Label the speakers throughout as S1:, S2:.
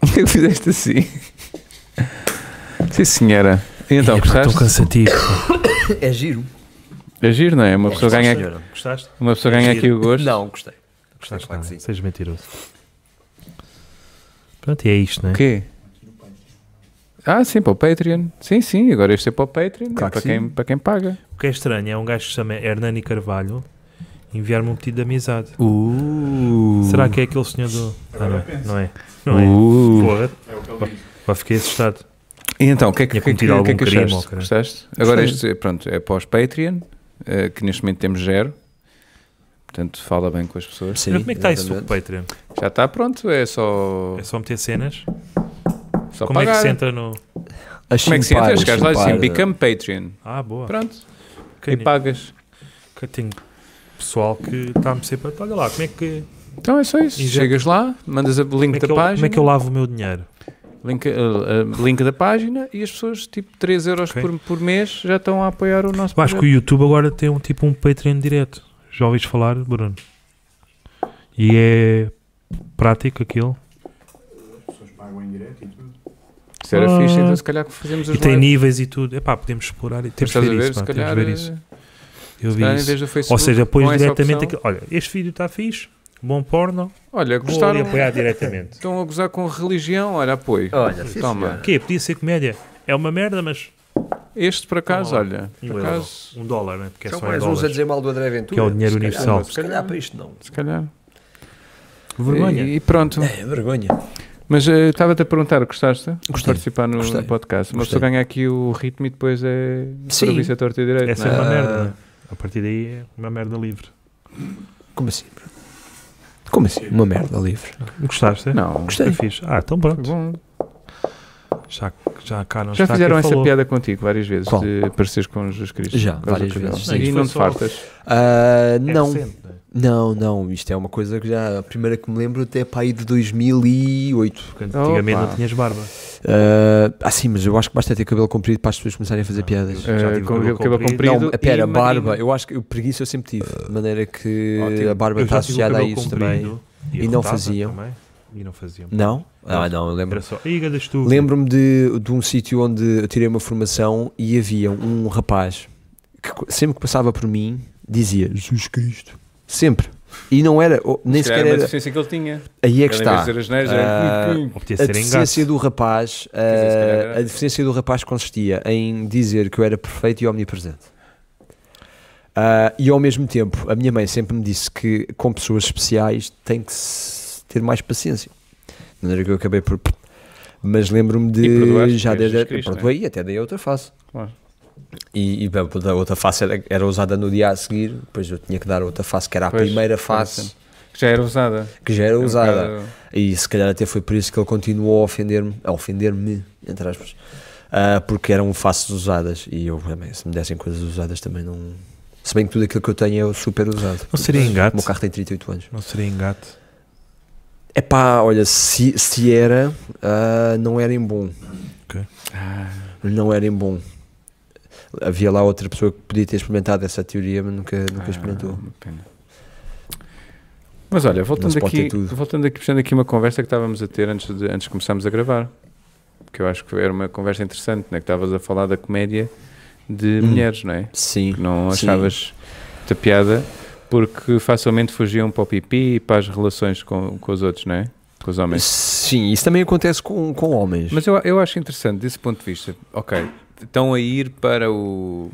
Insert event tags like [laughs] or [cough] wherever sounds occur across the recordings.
S1: Porquê que fizeste assim? Sim, senhora. E então,
S2: Epá,
S1: gostaste?
S2: Estou [coughs] cansativo.
S3: É giro.
S1: É giro, não é? Uma pessoa
S3: Gostaste,
S1: ganha,
S3: senhora?
S4: Gostaste?
S1: uma pessoa
S2: É
S1: ganha aqui o gosto.
S3: Não, gostei. Gostei, claro
S2: Não,
S3: que sim.
S2: Seja mentiroso. Pronto, e é isto, não é?
S1: O quê? Ah, sim, para o Patreon. Sim, sim, agora este é para o Patreon.
S3: Claro
S1: é para,
S3: que
S1: quem,
S3: sim.
S1: para quem paga.
S2: O que é estranho é um gajo que se chama Hernani Carvalho enviar-me um pedido de amizade. Será que é aquele senhor do. Ah, não, não é. Não é.
S1: Uh.
S2: Porra. Pá, fiquei assustado.
S1: E então, o que é que,
S2: Tinha
S1: que, que,
S2: cometido
S1: que é que
S2: algum crime,
S1: achaste?
S2: ou caralho.
S1: Gostaste? Agora este, pronto, é para os Patreon, eh, que neste momento temos zero. Portanto, fala bem com as pessoas.
S3: Sim,
S2: Mas como é que está isso do
S3: exatamente.
S2: Patreon?
S1: Já está pronto, é só,
S2: É só meter cenas?
S1: só
S2: como
S1: pagar.
S2: é que se entra no.
S3: As
S1: Como é que se entra?
S3: chimpadas,
S1: Chegas lá e assim,
S3: chimpada.
S1: become Patreon.
S2: Ah, boa.
S1: Pronto,
S2: Quem-
S1: e pagas.
S2: que tenho pessoal que está-me sempre a olha lá, como é que,
S1: Então é só isso.
S2: Injeta.
S1: Chegas lá, mandas o
S2: como
S1: link
S2: é
S1: da
S2: que, eu, como
S1: página.
S2: é que eu lavo o meu dinheiro?
S1: Link, eh, eh, link da página e as pessoas, tipo, 3 euros
S2: Ok.
S1: por, por mês já estão a apoiar o nosso
S2: Eu acho que o YouTube agora tem um tipo um Patreon direto. Já ouviste falar, Bruno? E é prático aquilo.
S1: Se era
S2: Ah.
S1: fixe, então se calhar que fazemos as
S2: E tem
S1: lives.
S2: níveis e tudo. Epá, podemos explorar e
S1: Mas
S2: temos que
S1: estás a
S2: ver
S1: ver,
S2: isso.
S1: se
S2: pá,
S1: calhar,
S2: Temos que ver isso.
S1: eh,
S2: Eu
S1: se
S2: vi
S1: calhar em
S2: isso.
S1: vez do Facebook.
S2: Ou seja, pões
S1: com essa
S2: diretamente
S1: opção-
S2: aquilo. Olha, este vídeo está fixe, bom porno,
S1: Olha,
S2: vou ali
S1: gostaram.
S2: apoiar diretamente.
S1: Estão a gozar com religião, olha, apoio.
S3: Olha, sim,
S1: Toma.
S2: O quê? Podia ser comédia. É uma merda, mas
S1: Este por acaso,
S2: Toma lá.
S1: olha,
S2: um
S1: por
S2: euro.
S1: acaso,
S2: Um dólar, né? Porque é
S3: São
S2: só
S3: mais uns a dizer mal do André Aventura.
S2: Que é o dinheiro
S3: Se calhar-
S2: universal.
S3: Se calhar para isto não.
S1: se calhar.
S2: Vergonha.
S1: E, e pronto.
S3: É, vergonha.
S1: Mas eh, estava-te a perguntar, gostaste de
S3: Gostei.
S1: participar no,
S3: Gostei.
S1: no podcast? Uma
S3: Gostei.
S1: pessoa ganha aqui o ritmo e depois é
S3: Sim.
S1: serviço a torta e direito.
S2: Essa é
S1: não
S2: uma
S3: Ah.
S2: merda. A partir daí é uma merda livre.
S3: Como assim, bro? Como assim? Uma merda livre.
S2: Gostaste?
S1: Ah, Não,
S3: Gostei.
S2: Foi fixe. Ah, então
S1: Foi
S2: pronto.
S1: bom.
S2: Já, já cá não
S1: Já
S2: está
S1: fizeram
S2: quem
S1: essa
S2: falou.
S1: piada contigo várias vezes
S3: Qual?
S1: de apareceres com Jesus Cristo.
S3: Já,
S1: por causa
S3: várias
S1: do cabelo.
S3: vezes,
S2: sim.
S1: E
S2: Isto
S1: não
S2: foi
S1: te
S2: só-
S1: fartas.
S3: Ah,
S2: É
S3: não,
S2: recente, né?
S3: não, não. Isto é uma coisa que já. A primeira que me lembro até para aí de 2008.
S2: Porque antigamente
S1: Opa.
S2: não tinhas barba.
S3: Ah, ah, sim, mas eu acho que basta ter cabelo comprido para as pessoas começarem a fazer piadas.
S2: Já
S1: Eh,
S2: tive
S1: com
S2: cabelo
S1: o cabelo
S2: comprido.
S1: comprido.
S3: Não,
S1: e
S3: pera,
S1: magrinho.
S3: barba. Eu acho que o preguiça eu sempre tive. De maneira que
S1: Ótimo.
S3: a
S2: Ah,
S3: barba
S2: Eu
S3: está
S2: já tive o
S3: associada a
S2: cabelo
S3: isso também.
S2: comprido
S3: E não
S2: arredava
S3: faziam.
S2: também. E não faziam.
S3: Não? Ah, não, eu
S2: Era
S3: lembro.
S2: só. Ih, ganda estúpido.
S3: Lembro-me de, de um sítio onde eu tirei uma formação e havia um rapaz que co- sempre que passava por mim dizia Jesus Cristo. Sempre. E não era, ou- nem
S1: Se
S3: sequer
S1: calhar era é uma
S3: era.
S1: deficiência que ele tinha.
S3: Aí é
S1: Ele,
S3: que
S1: em
S3: está.
S1: vez de dizer asneiras, era-
S3: Ah,
S2: Ou podia
S3: A
S2: ser em gato.
S3: deficiência do rapaz,
S1: dizer, se calhar
S3: ah,
S1: era-
S3: a deficiência do rapaz consistia em dizer que eu era perfeito e omnipresente. Ah, e ao mesmo tempo, a minha mãe sempre me disse que com pessoas especiais tem que se ter mais paciência. De maneira que eu acabei por. Mas lembro-me
S1: E perdoaste,
S3: de. Já
S1: porque é
S3: dei,
S1: Jesus Cristo,
S3: perdoei e até dei a outra face.
S1: Claro.
S3: E, e, bem, a outra face era, era usada no dia a seguir, depois eu tinha que dar a outra face, que era a
S1: Pois,
S3: primeira
S1: claro,
S3: face
S1: sim. Que já era usada.
S3: que já era
S1: Era um
S3: usada. É
S1: bocado-
S3: E se calhar até foi por isso que ele continuou a ofender-me, a ofender-me, entre aspas, ah, porque eram faces usadas. E eu, também, se me dessem coisas usadas também não. Se bem que tudo aquilo que eu tenho é super usado.
S2: Não seria em
S3: O meu
S2: gato.
S3: carro tem 38 anos.
S2: Não seria em gato.
S3: É pá, olha, se, se era, ah, não era em bom.
S2: Ok.
S3: Não era em bom. Havia lá outra pessoa que podia ter experimentado essa teoria, mas nunca, nunca
S1: Ah,
S3: experimentou.
S1: uma pena. Mas olha,
S3: Não se
S1: voltando
S3: pode ter
S1: aqui,
S3: é tudo.
S1: voltando aqui, puxando aqui uma conversa que estávamos a ter antes de, antes de começarmos a gravar, que eu acho que era uma conversa interessante, né? que estavas a falar da comédia de
S3: Hum.
S1: mulheres, não é?
S3: Sim.
S1: que não
S3: Sim.
S1: achavas da piada porque facilmente fugiam para o pipi e para as relações com, com os outros, não é? Com os homens.
S3: Sim, isso também acontece com, com homens.
S1: Mas eu, eu acho interessante desse ponto de vista. Ok, estão a ir para o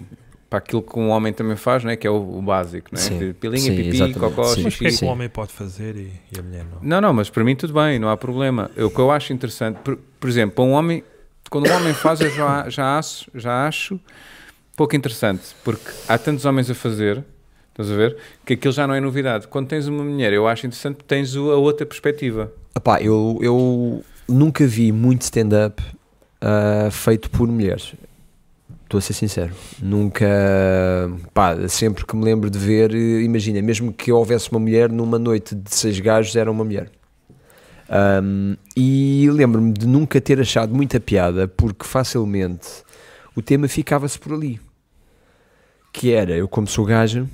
S1: para aquilo que um homem também faz, não é? Que é o, o básico, não é?
S3: Sim.
S1: Pilinha,
S3: Sim,
S1: pipi,
S3: exatamente.
S1: cocó,
S3: Sim.
S2: Mas o que é
S1: xixi.
S2: que o homem pode fazer e, e a mulher não?
S1: Não, não, mas para mim tudo bem, não há problema. O que eu acho interessante, por, por exemplo, para um homem, quando um homem faz, eu já, já, acho, já acho pouco interessante, porque há tantos homens a fazer, estás a ver, que aquilo já não é novidade. Quando tens uma mulher, eu acho interessante porque tens o- a outra perspectiva.
S3: Epá, eu, eu nunca vi muito stand-up ah, feito por mulheres. Estou a ser sincero. Nunca. Pá, sempre que me lembro de ver, eh, imagina, mesmo que houvesse uma mulher, numa noite de seis gajos era uma mulher. Ahm, e lembro-me de nunca ter achado muita piada, porque facilmente o tema ficava-se por ali. Que era, eu como sou gaja,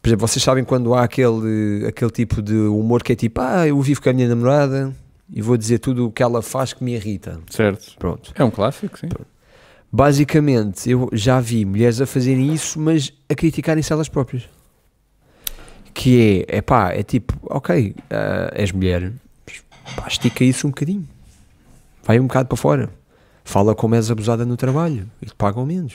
S3: por exemplo, vocês sabem quando há aquele, aquele tipo de humor que é tipo, ah, eu vivo com a minha namorada, e vou dizer tudo o que ela faz que me irrita.
S1: Certo.
S3: Pronto.
S1: É um clássico, sim.
S3: Basicamente, eu já vi mulheres a fazerem isso, mas a criticarem-se elas próprias. Que é, é pá, é tipo, ok, ah, és mulher, mas, pá, estica isso um bocadinho. Vai um bocado para fora. Fala como és abusada no trabalho e te pagam menos.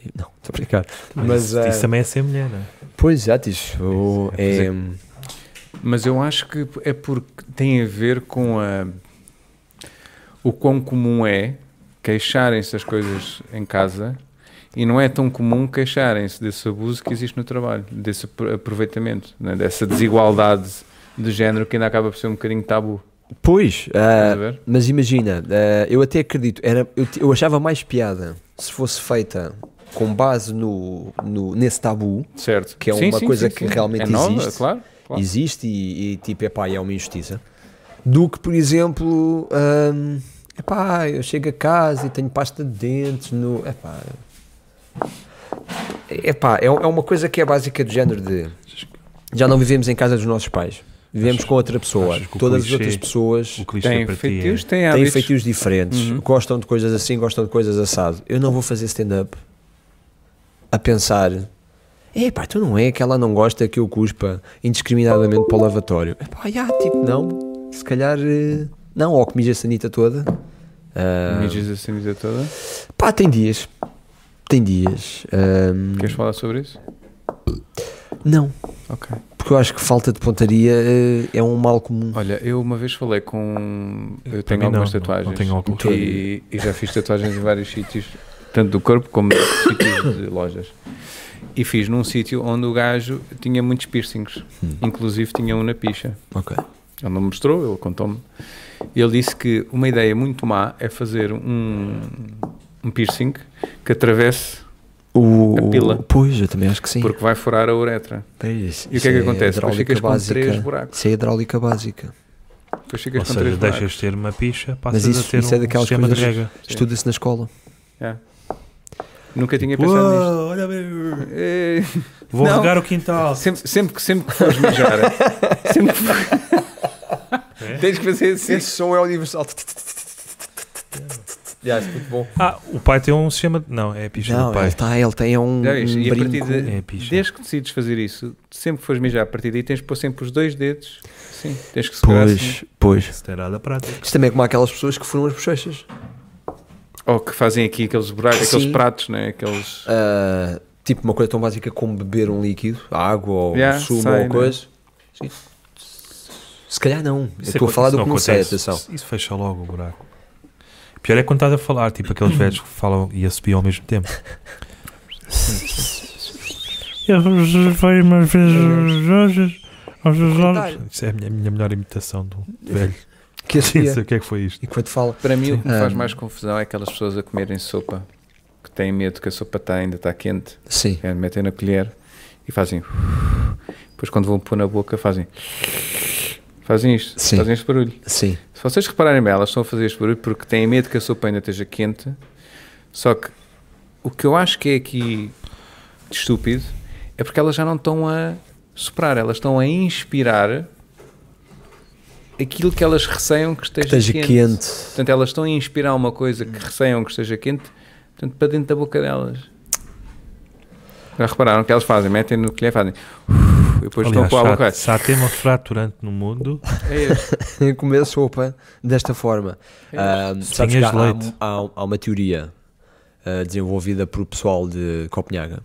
S3: E- Não, estou a brincar. Mas,
S2: isso, isso
S3: ah,
S2: também é ser mulher, não é?
S3: pois, exato, isso
S2: Isso, é
S3: é,
S1: Mas eu acho que é porque tem a ver com a, o quão comum é queixarem-se das coisas em casa e não é tão comum queixarem-se desse abuso que existe no trabalho, desse apro- aproveitamento, né, dessa desigualdade de género que ainda acaba por ser um bocadinho tabu.
S3: Pois,
S1: Estás
S3: ah,
S1: a ver?
S3: Mas imagina, eh, eu até acredito, era, eu, ti- eu achava mais piada se fosse feita com base no, no- nesse tabu,
S1: Certo.
S3: que é uma coisa que realmente
S1: é nova,
S3: existe.
S1: Claro, claro.
S3: existe e, e tipo, epá, é uma injustiça, do que, por exemplo, hum, epá, eu chego a casa e tenho pasta de dentes no. Epá, epá, é, é uma coisa que é básica do género de. Já não vivemos em casa dos nossos pais, vivemos
S2: Acho-
S3: com outra pessoa,
S2: acho que o
S3: todas as
S2: clichê-
S3: outras pessoas
S2: O clichê
S1: Tem
S2: para ti
S1: feitios,
S2: é...
S1: tem
S3: têm
S1: hábitos.
S3: feitios diferentes,
S1: Uhum.
S3: gostam de coisas assim, gostam de coisas assado. Eu não vou fazer stand-up a pensar. Epá, tu não é que ela não gosta que eu cuspa indiscriminadamente para o lavatório. Epá, já, tipo, não. Se calhar. eh, Não, ou que mija a sanita toda. Ah,
S1: Imagens assim a dizer toda.
S3: pá, tem dias. Tem dias. Ahm,
S1: Queres falar sobre isso?
S3: não,
S1: Ok.
S3: porque eu acho que falta de pontaria eh, é um mal comum.
S1: Olha, eu uma vez falei com. um- Eu
S2: Para mim
S1: tenho algumas
S2: não, não-
S1: tatuagens.
S2: Não tenho óculos.
S1: e, e já fiz tatuagens em vários sítios, tanto do corpo como de [coughs] sítios de lojas. E fiz num sítio onde o gajo tinha muitos piercings,
S3: Hum.
S1: inclusive tinha um na picha.
S3: Ok.
S1: Ele não me mostrou, ele contou-me. Ele disse que uma ideia muito má é fazer um, um piercing que atravesse,
S3: O,
S1: A pila.
S3: Pois, eu também acho que sim.
S1: porque vai furar a uretra.
S3: Pois,
S1: E o
S3: isso
S1: que é que acontece? Depois
S3: hidráulica
S1: ficas com
S3: básica.
S1: três buracos.
S3: Isso é hidráulica básica.
S1: Depois ficas
S2: Ou
S1: com
S2: seja,
S1: três
S2: deixas
S1: buracos.
S2: de ter uma picha, passas
S3: isso-
S2: a ter
S3: isso é
S2: um
S3: daquelas
S2: sistema de
S3: coisas-
S2: rega.
S1: Sim.
S3: Estuda-se na escola.
S1: É. Nunca tinha
S2: tipo,
S1: pensado nisto.
S2: Uou, olha bem.
S1: Eh, [laughs]
S2: Vou
S1: Não.
S2: regar o quintal.
S1: Sempre, sempre, que- sempre que fores mijar, [laughs] sempre que fores-
S2: É?
S1: tens que fazer assim.
S3: som é universal. Aliás, é muito bom.
S2: Ah, o pai tem um sistema. de- Não, é a picha do
S3: Não,
S2: pai.
S3: ele, tá, ele tem um,
S1: Já viste?
S3: um
S1: E a partir
S3: brinco.
S1: de-
S2: É a picha.
S1: Desde que decides fazer isso, sempre que fores mijar a partir daí, tens de pôr sempre os dois dedos. Sim, tens que segurar assim.
S3: Pois, pois.
S2: Isso terá da prática.
S3: Isto também é como aquelas pessoas que furam as bochechas.
S1: Ou que fazem aqui aqueles buracos,
S3: Sim.
S1: aqueles pratos, né? Aqueles.
S3: Ah, tipo uma coisa tão básica como beber um líquido, água ou
S1: Yeah,
S3: sumo
S1: sai,
S3: ou
S1: né?
S3: coisa. Sim. Se calhar não. Eu
S2: Isso
S3: Estou a falar
S2: isso
S3: do
S2: não
S3: que não sei,
S2: acontece.
S3: atenção.
S2: Isso- Isso fecha logo o buraco. Pior é quando estás a falar, tipo aqueles velhos que falam e a subir ao mesmo tempo. Eu reservei umas vezes aos olhos. aos olhos. Isso é a minha, a minha melhor imitação do
S3: [laughs]
S2: velho.
S3: Que
S2: Sim, sei
S3: assim é.
S2: o que é que foi isto.
S3: Enquanto fala.
S1: Para mim, o que me
S3: Ah.
S1: faz mais confusão é aquelas pessoas a comerem sopa que têm medo que a sopa tá, ainda está quente.
S3: Sim.
S1: É, metem na colher e fazem. Depois, quando vão pôr na boca, fazem. Fazem isto.
S3: Sim.
S1: Fazem este barulho.
S3: Sim.
S1: Se vocês repararem bem, elas estão a fazer este barulho porque têm medo que a sopa ainda esteja quente. Só que o que eu acho que é aqui de estúpido é porque elas já não estão a soprar, elas estão a inspirar aquilo que elas receiam que esteja,
S3: Esteja
S1: quente.
S3: quente.
S1: Portanto, elas estão a inspirar uma coisa que receiam que esteja quente portanto, para dentro da boca delas. Já repararam o que elas fazem? Metem no colher e fazem. E depois estão
S2: Aliás,
S1: com a boca.
S2: se há tema um fraturante no mundo,
S1: É este.
S3: comer sopa desta forma.
S1: É
S3: Ahm,
S2: isto.
S3: sabes que há,
S2: Espinhas de
S3: há,
S2: leite.
S3: há- há uma teoria ah, desenvolvida por pessoal de Copenhaga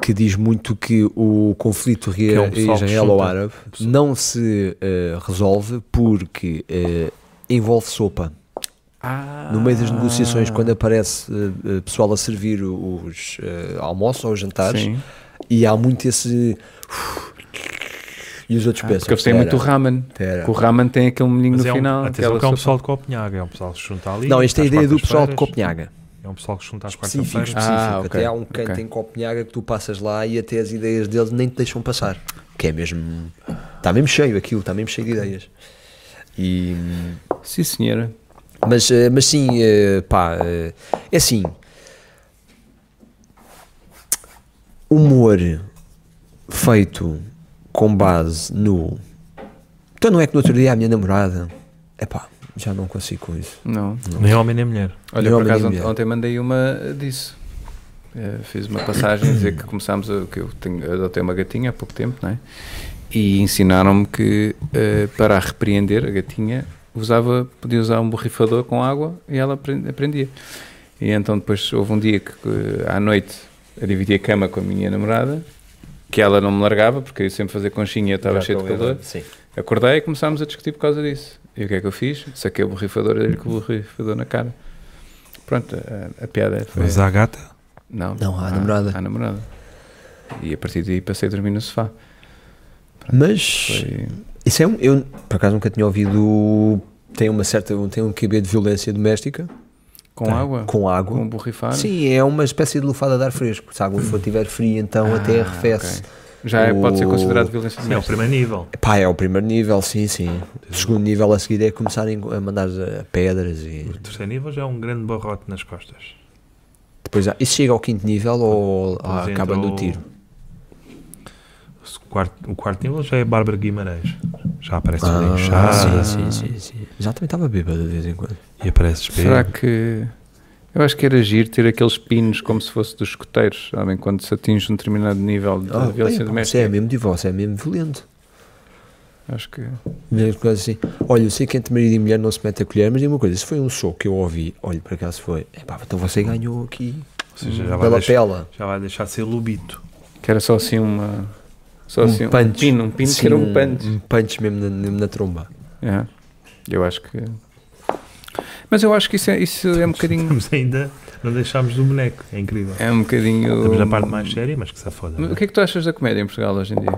S3: que diz muito que o conflito
S2: é um pessoal que chuta.
S3: israelo-árabe
S2: pessoal.
S3: não se ah, resolve porque ah, envolve sopa.
S1: Ah.
S3: No meio das negociações, quando aparece ah, ah, pessoal a servir o- os ah, almoços ou jantares,
S1: Sim.
S3: e há muito esse. E os outros
S1: Ah,
S3: pensam.
S1: porque eles têm muito
S3: "Pera,
S1: ramen.
S3: pera."
S1: Que o ramen tem aquele molinho
S2: mas
S1: no
S2: é um,
S1: final.
S2: atenção
S1: aquela
S2: que é um
S1: sopa.
S2: pessoal de Copenhaga, é um pessoal que se junta ali.
S3: Não, esta é a
S2: às
S3: ideia do pessoal de
S2: quartas-feiras.
S3: Copenhaga.
S2: É um pessoal que se junta às
S3: específico,
S2: quartas-feiras.
S3: específico.
S1: Ah, ok,
S3: Até há um canto
S1: ok.
S3: em Copenhaga que tu passas lá e até as ideias deles nem te deixam passar. Que é mesmo. Está mesmo cheio aquilo, está mesmo cheio de ideias. E,
S1: Sim, senhora.
S3: mas, eh, mas sim, eh, pá, eh, é assim. Humor feito com base no. Então não é que no outro dia a minha namorada Epá, já não consigo com isso.
S1: Não.
S2: Nem é homem nem mulher.
S1: Olha,
S3: Eu
S1: por acaso
S3: amanhã
S1: ontem,
S3: enviar.
S1: ontem mandei uma disso. Eh, fiz uma passagem a dizer que começámos a, que eu tenho, adotei uma gatinha há pouco tempo, não é? E ensinaram-me que eh, para a repreender a gatinha usava, podia usar um borrifador com água e ela apren- aprendia. E então depois houve um dia que que, à noite eu dividi a cama com a minha namorada, que ela não me largava porque eu ia sempre fazer conchinha e eu estava
S4: Já
S1: cheio de
S4: estou a
S1: calor.
S4: lembrar. Sim.
S1: Acordei e começámos a discutir por causa disso. E o que é que eu fiz? Saquei o borrifador e dei-lhe com o borrifador na cara. Pronto, a, a piada foi.
S2: Mas há gata.
S1: Não,
S3: Não, à namorada.
S1: À namorada. E a partir daí passei a dormir no sofá.
S3: Mas
S1: Foi.
S3: isso é um. Eu por acaso nunca tinha ouvido. Tem uma certa. Tem um QB de violência doméstica
S1: Com água? Com,
S3: Tá.
S1: um
S3: com água.
S1: borrifar?
S3: Sim, é uma espécie de lufada de ar fresco. Se a água for tiver fria, então até
S1: Ah,
S3: arrefece.
S1: ok. Já é- pode ser considerado violência
S2: Sim, é o
S1: doméstica.
S2: primeiro nível.
S3: Pá, é o primeiro nível, sim, sim. O segundo nível a seguir é começarem a mandar eh, pedras e
S2: O terceiro nível já é um grande barrote nas costas.
S3: depois já- isso chega ao quinto nível ou ah,
S2: Depois
S3: acaba
S2: entra
S3: no
S2: o-
S3: tiro.
S2: O quarto, o quarto nível já é Bárbara Guimarães. Já aparece ah,
S3: Ah,
S2: deixada
S3: sim, sim, sim, sim. Já também estava bêbado de vez em quando.
S2: e aparece
S3: é
S2: espelho.
S1: Será que. Eu acho que era agir, ter aqueles pinos como se fosse dos escoteiros, sabem? Quando se atinge um determinado nível de
S3: Ah,
S1: violência
S3: bem, pá, Você
S1: doméstica.
S3: é mesmo divórcio, é mesmo violento.
S1: Acho que.
S3: Mesmo coisa assim. Olha, eu sei que entre marido e mulher não se mete a colher, mas diga uma coisa, se foi um soco que eu ouvi, olha, por acaso foi, epá, então você ganhou aqui
S2: Ou seja,
S1: Ah,
S2: já vai,
S3: pela
S2: deixar,
S3: pela.
S2: já vai deixar de ser lubito.
S1: Que era só assim uma. Só
S3: Um
S1: assim um
S3: punch.
S1: pino, um pino
S3: Sim, Hum.
S1: que era um punch.
S3: Um punch mesmo na, mesmo na tromba.
S1: É. Eu acho que. Mas eu acho que isso é, isso é um bocadinho.
S2: [laughs] Estamos ainda, não deixámos do boneco. É incrível.
S1: É um bocadinho.
S2: Estamos na parte mais séria, mas que se foda.
S1: Mas
S2: não
S1: O
S2: é?
S1: que é que tu achas da comédia em Portugal hoje em dia?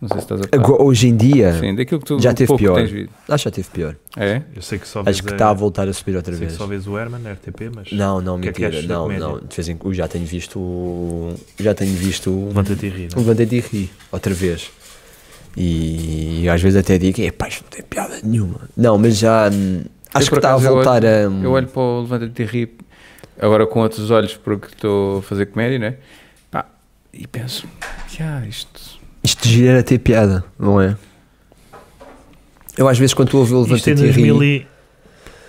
S1: Não sei se estás a par.
S3: Agora, hoje em dia,
S1: Sim, daquilo que tu
S3: Já
S1: o
S3: teve
S1: pouco
S3: pior.
S1: que tens visto.
S3: acho que já teve pior.
S1: É?
S2: Eu sei que só vês
S3: Acho que
S2: a-
S3: está a voltar a subir outra
S2: sei que
S3: vez.
S2: só vês o Herman na RTP, mas
S3: Não, não,
S2: O que é que
S3: mentira.
S2: achas da
S3: não,
S2: comédia?
S3: não. De vez em quando já tenho visto. o- Já tenho visto. o-
S2: levanta-te e ri. não é?
S3: O Levantei-te e ri, outra vez. E às vezes até digo, é pá, isto não tem piada nenhuma. Não, mas já. hum, Acho que
S1: por
S3: está a
S1: acaso, eu
S3: voltar a.
S1: Eu olho para o Levanta-te e ri agora com outros olhos porque estou a fazer comédia, não é? Pá, e penso, já, isto.
S3: Isto gira era ter piada, não é? Eu às vezes quando estou a ver o
S2: Isto em
S3: Levantei-te Um e
S2: 2000
S3: ri.
S2: e...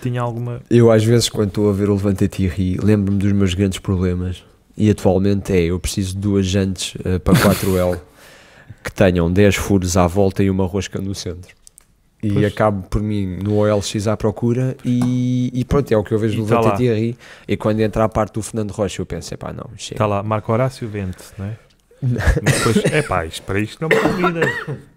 S2: Tinha alguma...
S3: Eu às vezes quando estou a ver o Levantei-te e ri, lembro-me dos meus grandes problemas. E atualmente é, eu preciso de duas jantes eh, para
S2: [laughs]
S3: 4L que tenham 10 furos à volta e uma rosca no centro. E
S2: Pois.
S3: acabo por mim no OLX à procura e, e pronto, é o que eu vejo
S2: E
S3: no
S2: tá lá.
S3: Levantei-te e ri. E quando entra a parte do Fernando Rocha eu penso, epá, não, chega.
S2: Está Tá lá, Marco Horácio vende não é? Mas depois, é pá, isto para isto não me convida.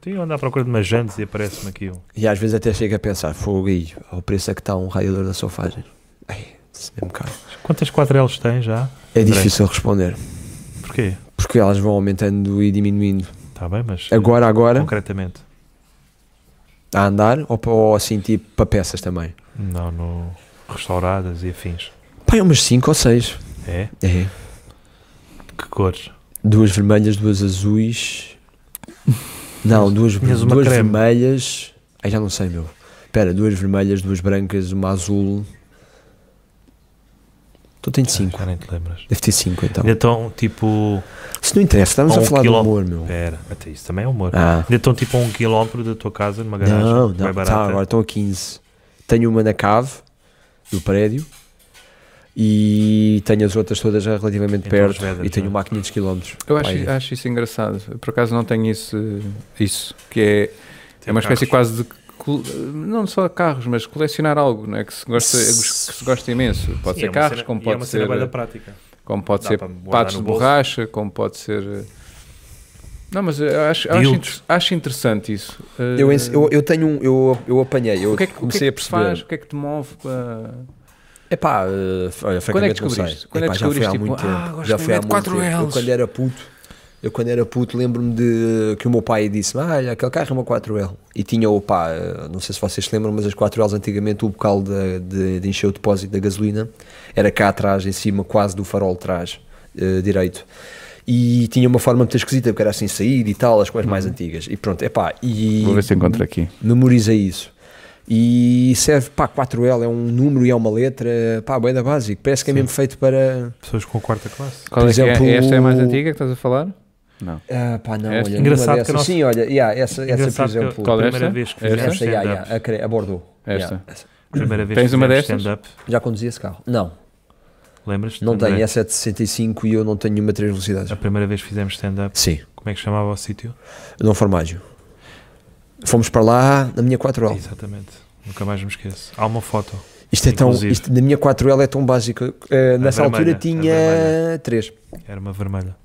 S2: Tenho andar à procura de umas jantes e aparece-me um. aquilo.
S3: E às vezes até chego a pensar, fogo aí, ao preço a que está um radiador da sofagem. Ai, isso é mesmo caro.
S2: Quantas 4Ls tem já?
S3: É
S2: André.
S3: difícil responder,
S2: Porquê?
S3: porque elas vão aumentando e diminuindo.
S2: Está bem, mas...
S3: Agora, agora...
S2: Concretamente.
S3: A andar ou, pa- ou assim, tipo, para peças também?
S2: Não, no... Restauradas e afins.
S3: Pá, é umas 5 ou 6.
S2: É?
S3: É.
S2: Que cores?
S3: Duas vermelhas,
S2: [laughs]
S3: duas azuis. Não, duas,
S2: Tinhas uma
S3: duas
S2: creme.
S3: vermelhas. Ai, já não sei, meu. Espera, duas vermelhas, duas brancas, uma azul. Então tenho 5.
S2: Ah, Já nem te lembras.
S3: Deve ter 5 então.
S2: Então, tipo...
S3: Se não interessa, estamos
S2: Há
S3: a
S2: um
S3: falar
S2: quiló-
S3: de humor, meu.
S2: Espera, até isso também é humor.
S3: Ah,
S2: Ainda estão tipo a um quilómetro da tua casa, numa garagem.
S3: não,
S2: bem
S3: não.
S2: barata.
S3: Tá, agora estão a 15. Tenho uma na cave do prédio. E tenho as outras todas já relativamente
S2: Entre os
S3: perto.
S2: Vedras,
S3: e tenho
S2: não é?
S3: uma a 500 km.
S1: Eu acho,
S3: Pai.
S1: acho isso engraçado. Eu, Por acaso não tenho isso, isso que é
S2: Tem
S1: É uma espécie
S2: carros.
S1: quase de col- não só carros, mas colecionar algo, não é? que se gosta, que se gosta imenso. Pode
S2: Sim,
S1: ser
S2: é uma
S1: carros,
S2: cena-
S1: como
S2: e é
S1: pode
S2: uma cena bué da
S1: ser, eh,
S2: prática.
S1: como pode
S2: dá
S1: ser
S2: para guardar
S1: patos
S2: no
S1: de
S2: bolso.
S1: borracha, como pode ser. eh, Não, mas eu acho, acho,
S2: Dildos.
S1: inter- acho interessante isso. Eh,
S3: Eu, ens- eu, eu tenho um, eu, eu apanhei, eu
S1: o que é que, o que, é
S3: comecei
S1: que
S3: a
S1: te
S3: perceber.
S1: faz? O que é que te move? eh, para-
S3: Epá, eh, f-
S1: Quando é
S3: olha,
S1: que
S3: francamente não
S1: descobriste?
S3: sei.
S1: Quando é que
S3: Epá, já foi há
S1: descobriste,
S3: muito
S1: tipo, ah,
S3: tempo.
S1: gosto
S3: Já
S1: de
S3: foi há
S1: de
S3: muito
S1: quatro
S3: tempo. Eu
S1: Ls.
S3: quando era puto, eu quando era puto lembro-me de que o meu pai disse ah, olha, aquele carro é uma 4L. E tinha, opá, eh, não sei se vocês se lembram, mas as 4Ls antigamente o bocal de, de- de encher o depósito da gasolina era cá atrás, em cima, quase do farol de trás, eh, direito. E tinha uma forma muito esquisita, porque era assim saída e tal, as coisas mais antigas. E pronto, epá, e...
S1: Uhum. Vou ver se encontro aqui.
S3: memoriza isso. E serve, pá, 4L é um número e é uma letra, pá, bem da básico. Parece que é mesmo feito para.
S2: Pessoas com quarta classe.
S1: Qual
S3: Por
S1: é que é?
S3: exemplo,
S1: Esta é a mais
S3: o-
S1: antiga que estás a falar? Não.
S3: Ah, pá, não,
S1: Esta-
S3: olha,
S2: É Engraçado
S3: numa
S2: que a
S3: dessas-
S2: nossa-
S3: Sim, olha, yeah, essa, essa, por
S2: Engraçado que
S3: exemplo.
S2: a
S1: Qual é
S2: primeira
S1: esta?
S2: vez que
S1: Esta?
S2: fizeste
S3: Esta, yeah,
S2: stand-up,
S3: yeah, a, cre- a Bordeaux.
S1: Esta.
S3: Yeah.
S2: Primeira vez
S1: Tens
S2: que
S1: uma
S2: fizemos
S1: destas?
S2: stand-up,
S3: Já conduzi esse carro? Não,
S2: lembras-te?
S3: não tenho.
S2: André?
S3: É 765 e eu não tenho nenhuma 3 velocidades.
S2: A primeira vez que fizemos stand-up,
S3: Sim,
S2: como é que chamava o sítio?
S3: não formágio. Fomos para lá na minha 4L.
S2: Exatamente. Nunca mais me esqueço. Há uma foto.
S3: Isto é tão.
S2: Inclusive.
S3: Isto, na minha 4L é tão básico. Eh, nessa
S2: vermelha,
S3: altura
S2: a vermelha.
S3: tinha 3.
S2: Era uma vermelha.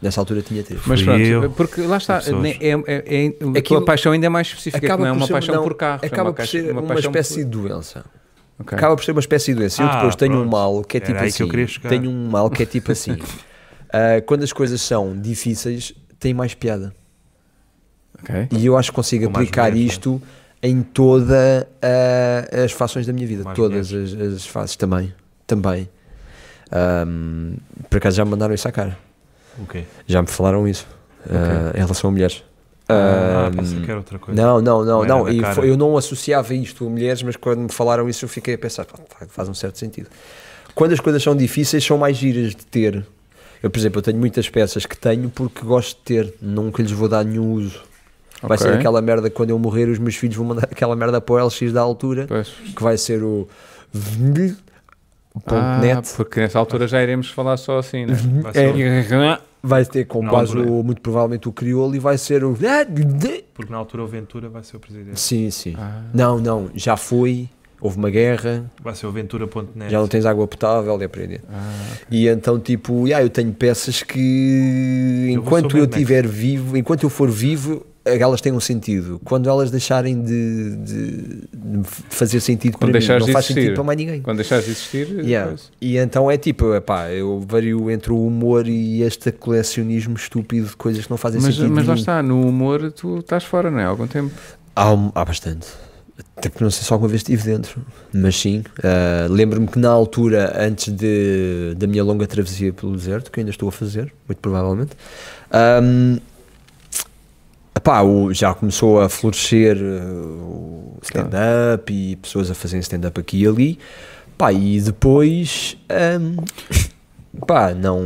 S3: Nessa altura tinha 3.
S1: Mas
S2: Fui
S1: pronto,
S2: eu.
S1: porque lá está,
S2: pessoas.
S1: né, é, é, é, a tua
S3: Aquilo
S1: paixão ainda é mais específica, que
S3: acaba
S1: não é
S3: por
S1: uma
S3: ser-
S1: paixão
S3: não,
S1: por carros. é
S3: Acaba
S1: uma
S3: por
S1: caixa-
S3: ser uma,
S1: paixão
S3: espécie
S1: por-
S3: de doença.
S1: Ok.
S3: Acaba por ser uma espécie de doença. Eu
S2: Ah,
S3: depois tenho
S2: pronto.
S3: um mal que é
S2: Era
S3: tipo
S2: aí que
S3: assim.
S2: eu queria chegar.
S3: tenho um mal que é
S1: [laughs]
S3: tipo assim. ah, quando as coisas são difíceis, tem mais piada.
S1: Ok.
S3: E eu acho que consigo
S2: Com mais
S3: aplicar
S1: é.
S2: mulheres,
S3: isto em toda ah, as fações da minha vida.
S2: Mais
S3: Todas as, as fases também. Também. Ahm, por acaso já me mandaram isso à cara.
S2: O quê?
S3: Já me falaram isso. ah, em relação a mulheres.
S2: Ah,
S3: Ahm,
S2: pensei que era outra coisa.
S3: Não, não,
S2: Não é era
S3: não, não.
S2: na
S3: E
S2: cara.
S3: foi- eu não associava isto a mulheres, mas quando me falaram isso eu fiquei a pensar, "Pá, fa- faz um certo sentido. Quando as coisas são difíceis, são mais giras de ter. Eu, por exemplo, eu tenho muitas peças que tenho porque gosto de ter, nunca lhes vou dar nenhum uso. Vai
S1: Ok.
S3: ser aquela merda que quando eu morrer, os meus filhos vão mandar [laughs] aquela merda para o LX da altura,
S1: Pois.
S3: que vai ser o
S1: Ah,
S3: .net.
S1: porque nessa altura já iremos falar só assim, né?
S2: Vai ser
S3: é.
S2: outra-
S3: Vai ter com
S2: Não,
S3: base,
S2: não é.
S3: o, muito provavelmente, o crioulo e vai ser o.
S2: Porque na altura o Ventura vai ser o presidente.
S3: Sim, sim.
S1: Ah,
S3: Não, não, já foi, houve uma guerra,
S2: Vai ser o Ventura.net.
S3: Já não tens água potável e
S1: É
S3: aprender.
S1: ah,
S3: E então, tipo, yeah, eu tenho peças que
S2: Eu vou
S3: enquanto
S2: sobre
S3: eu
S2: Mad Max.
S3: tiver vivo, enquanto eu for vivo, elas têm um sentido. Quando elas deixarem de, de- de fazer sentido
S1: Quando
S3: para mim,
S1: deixares
S3: não
S1: de
S3: faz
S1: existir.
S3: sentido para mais ninguém.
S1: quando deixares de existir,
S3: Yeah.
S1: depois-
S3: E então é tipo, epá, eu vario entre o humor e este colecionismo estúpido de coisas que não fazem
S1: Mas,
S3: sentido.
S1: mas lá
S3: nenhum.
S1: está, no humor tu estás fora, não é? Há algum tempo.
S3: Há, um- há bastante. Até porque não sei se alguma vez estive dentro, mas sim. ah, Lembro-me que na altura, antes de, da minha longa travessia pelo deserto, que ainda estou a fazer, muito provavelmente, ahm, epá, o- já começou a florescer ah, o stand-up e pessoas a fazerem stand-up aqui e ali. Pá, e depois, ahm, pá, não,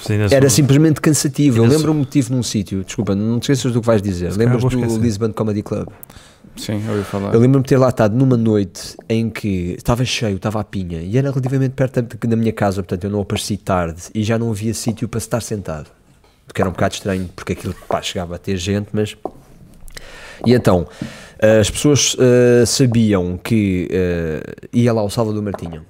S2: Mas ainda
S3: era
S2: sou-
S3: simplesmente cansativo. Eu
S2: Ainda
S3: lembro-me que estive num sítio, desculpa, não te esqueças do que vais dizer.
S2: Se calhar
S3: Lembras
S2: vou
S3: do
S2: esquecer.
S3: Lisbon Comedy Club?
S1: Sim, ouvi falar.
S3: Eu lembro-me de ter lá estado numa noite em que estava cheio, estava a pinha, e era relativamente perto da- da minha casa, portanto eu não apareci tarde e já não havia sítio para estar sentado. O que era um bocado estranho, porque aquilo pá, chegava a ter gente, mas. E então, as pessoas eh, sabiam que eh, ia lá o Salvador Martinho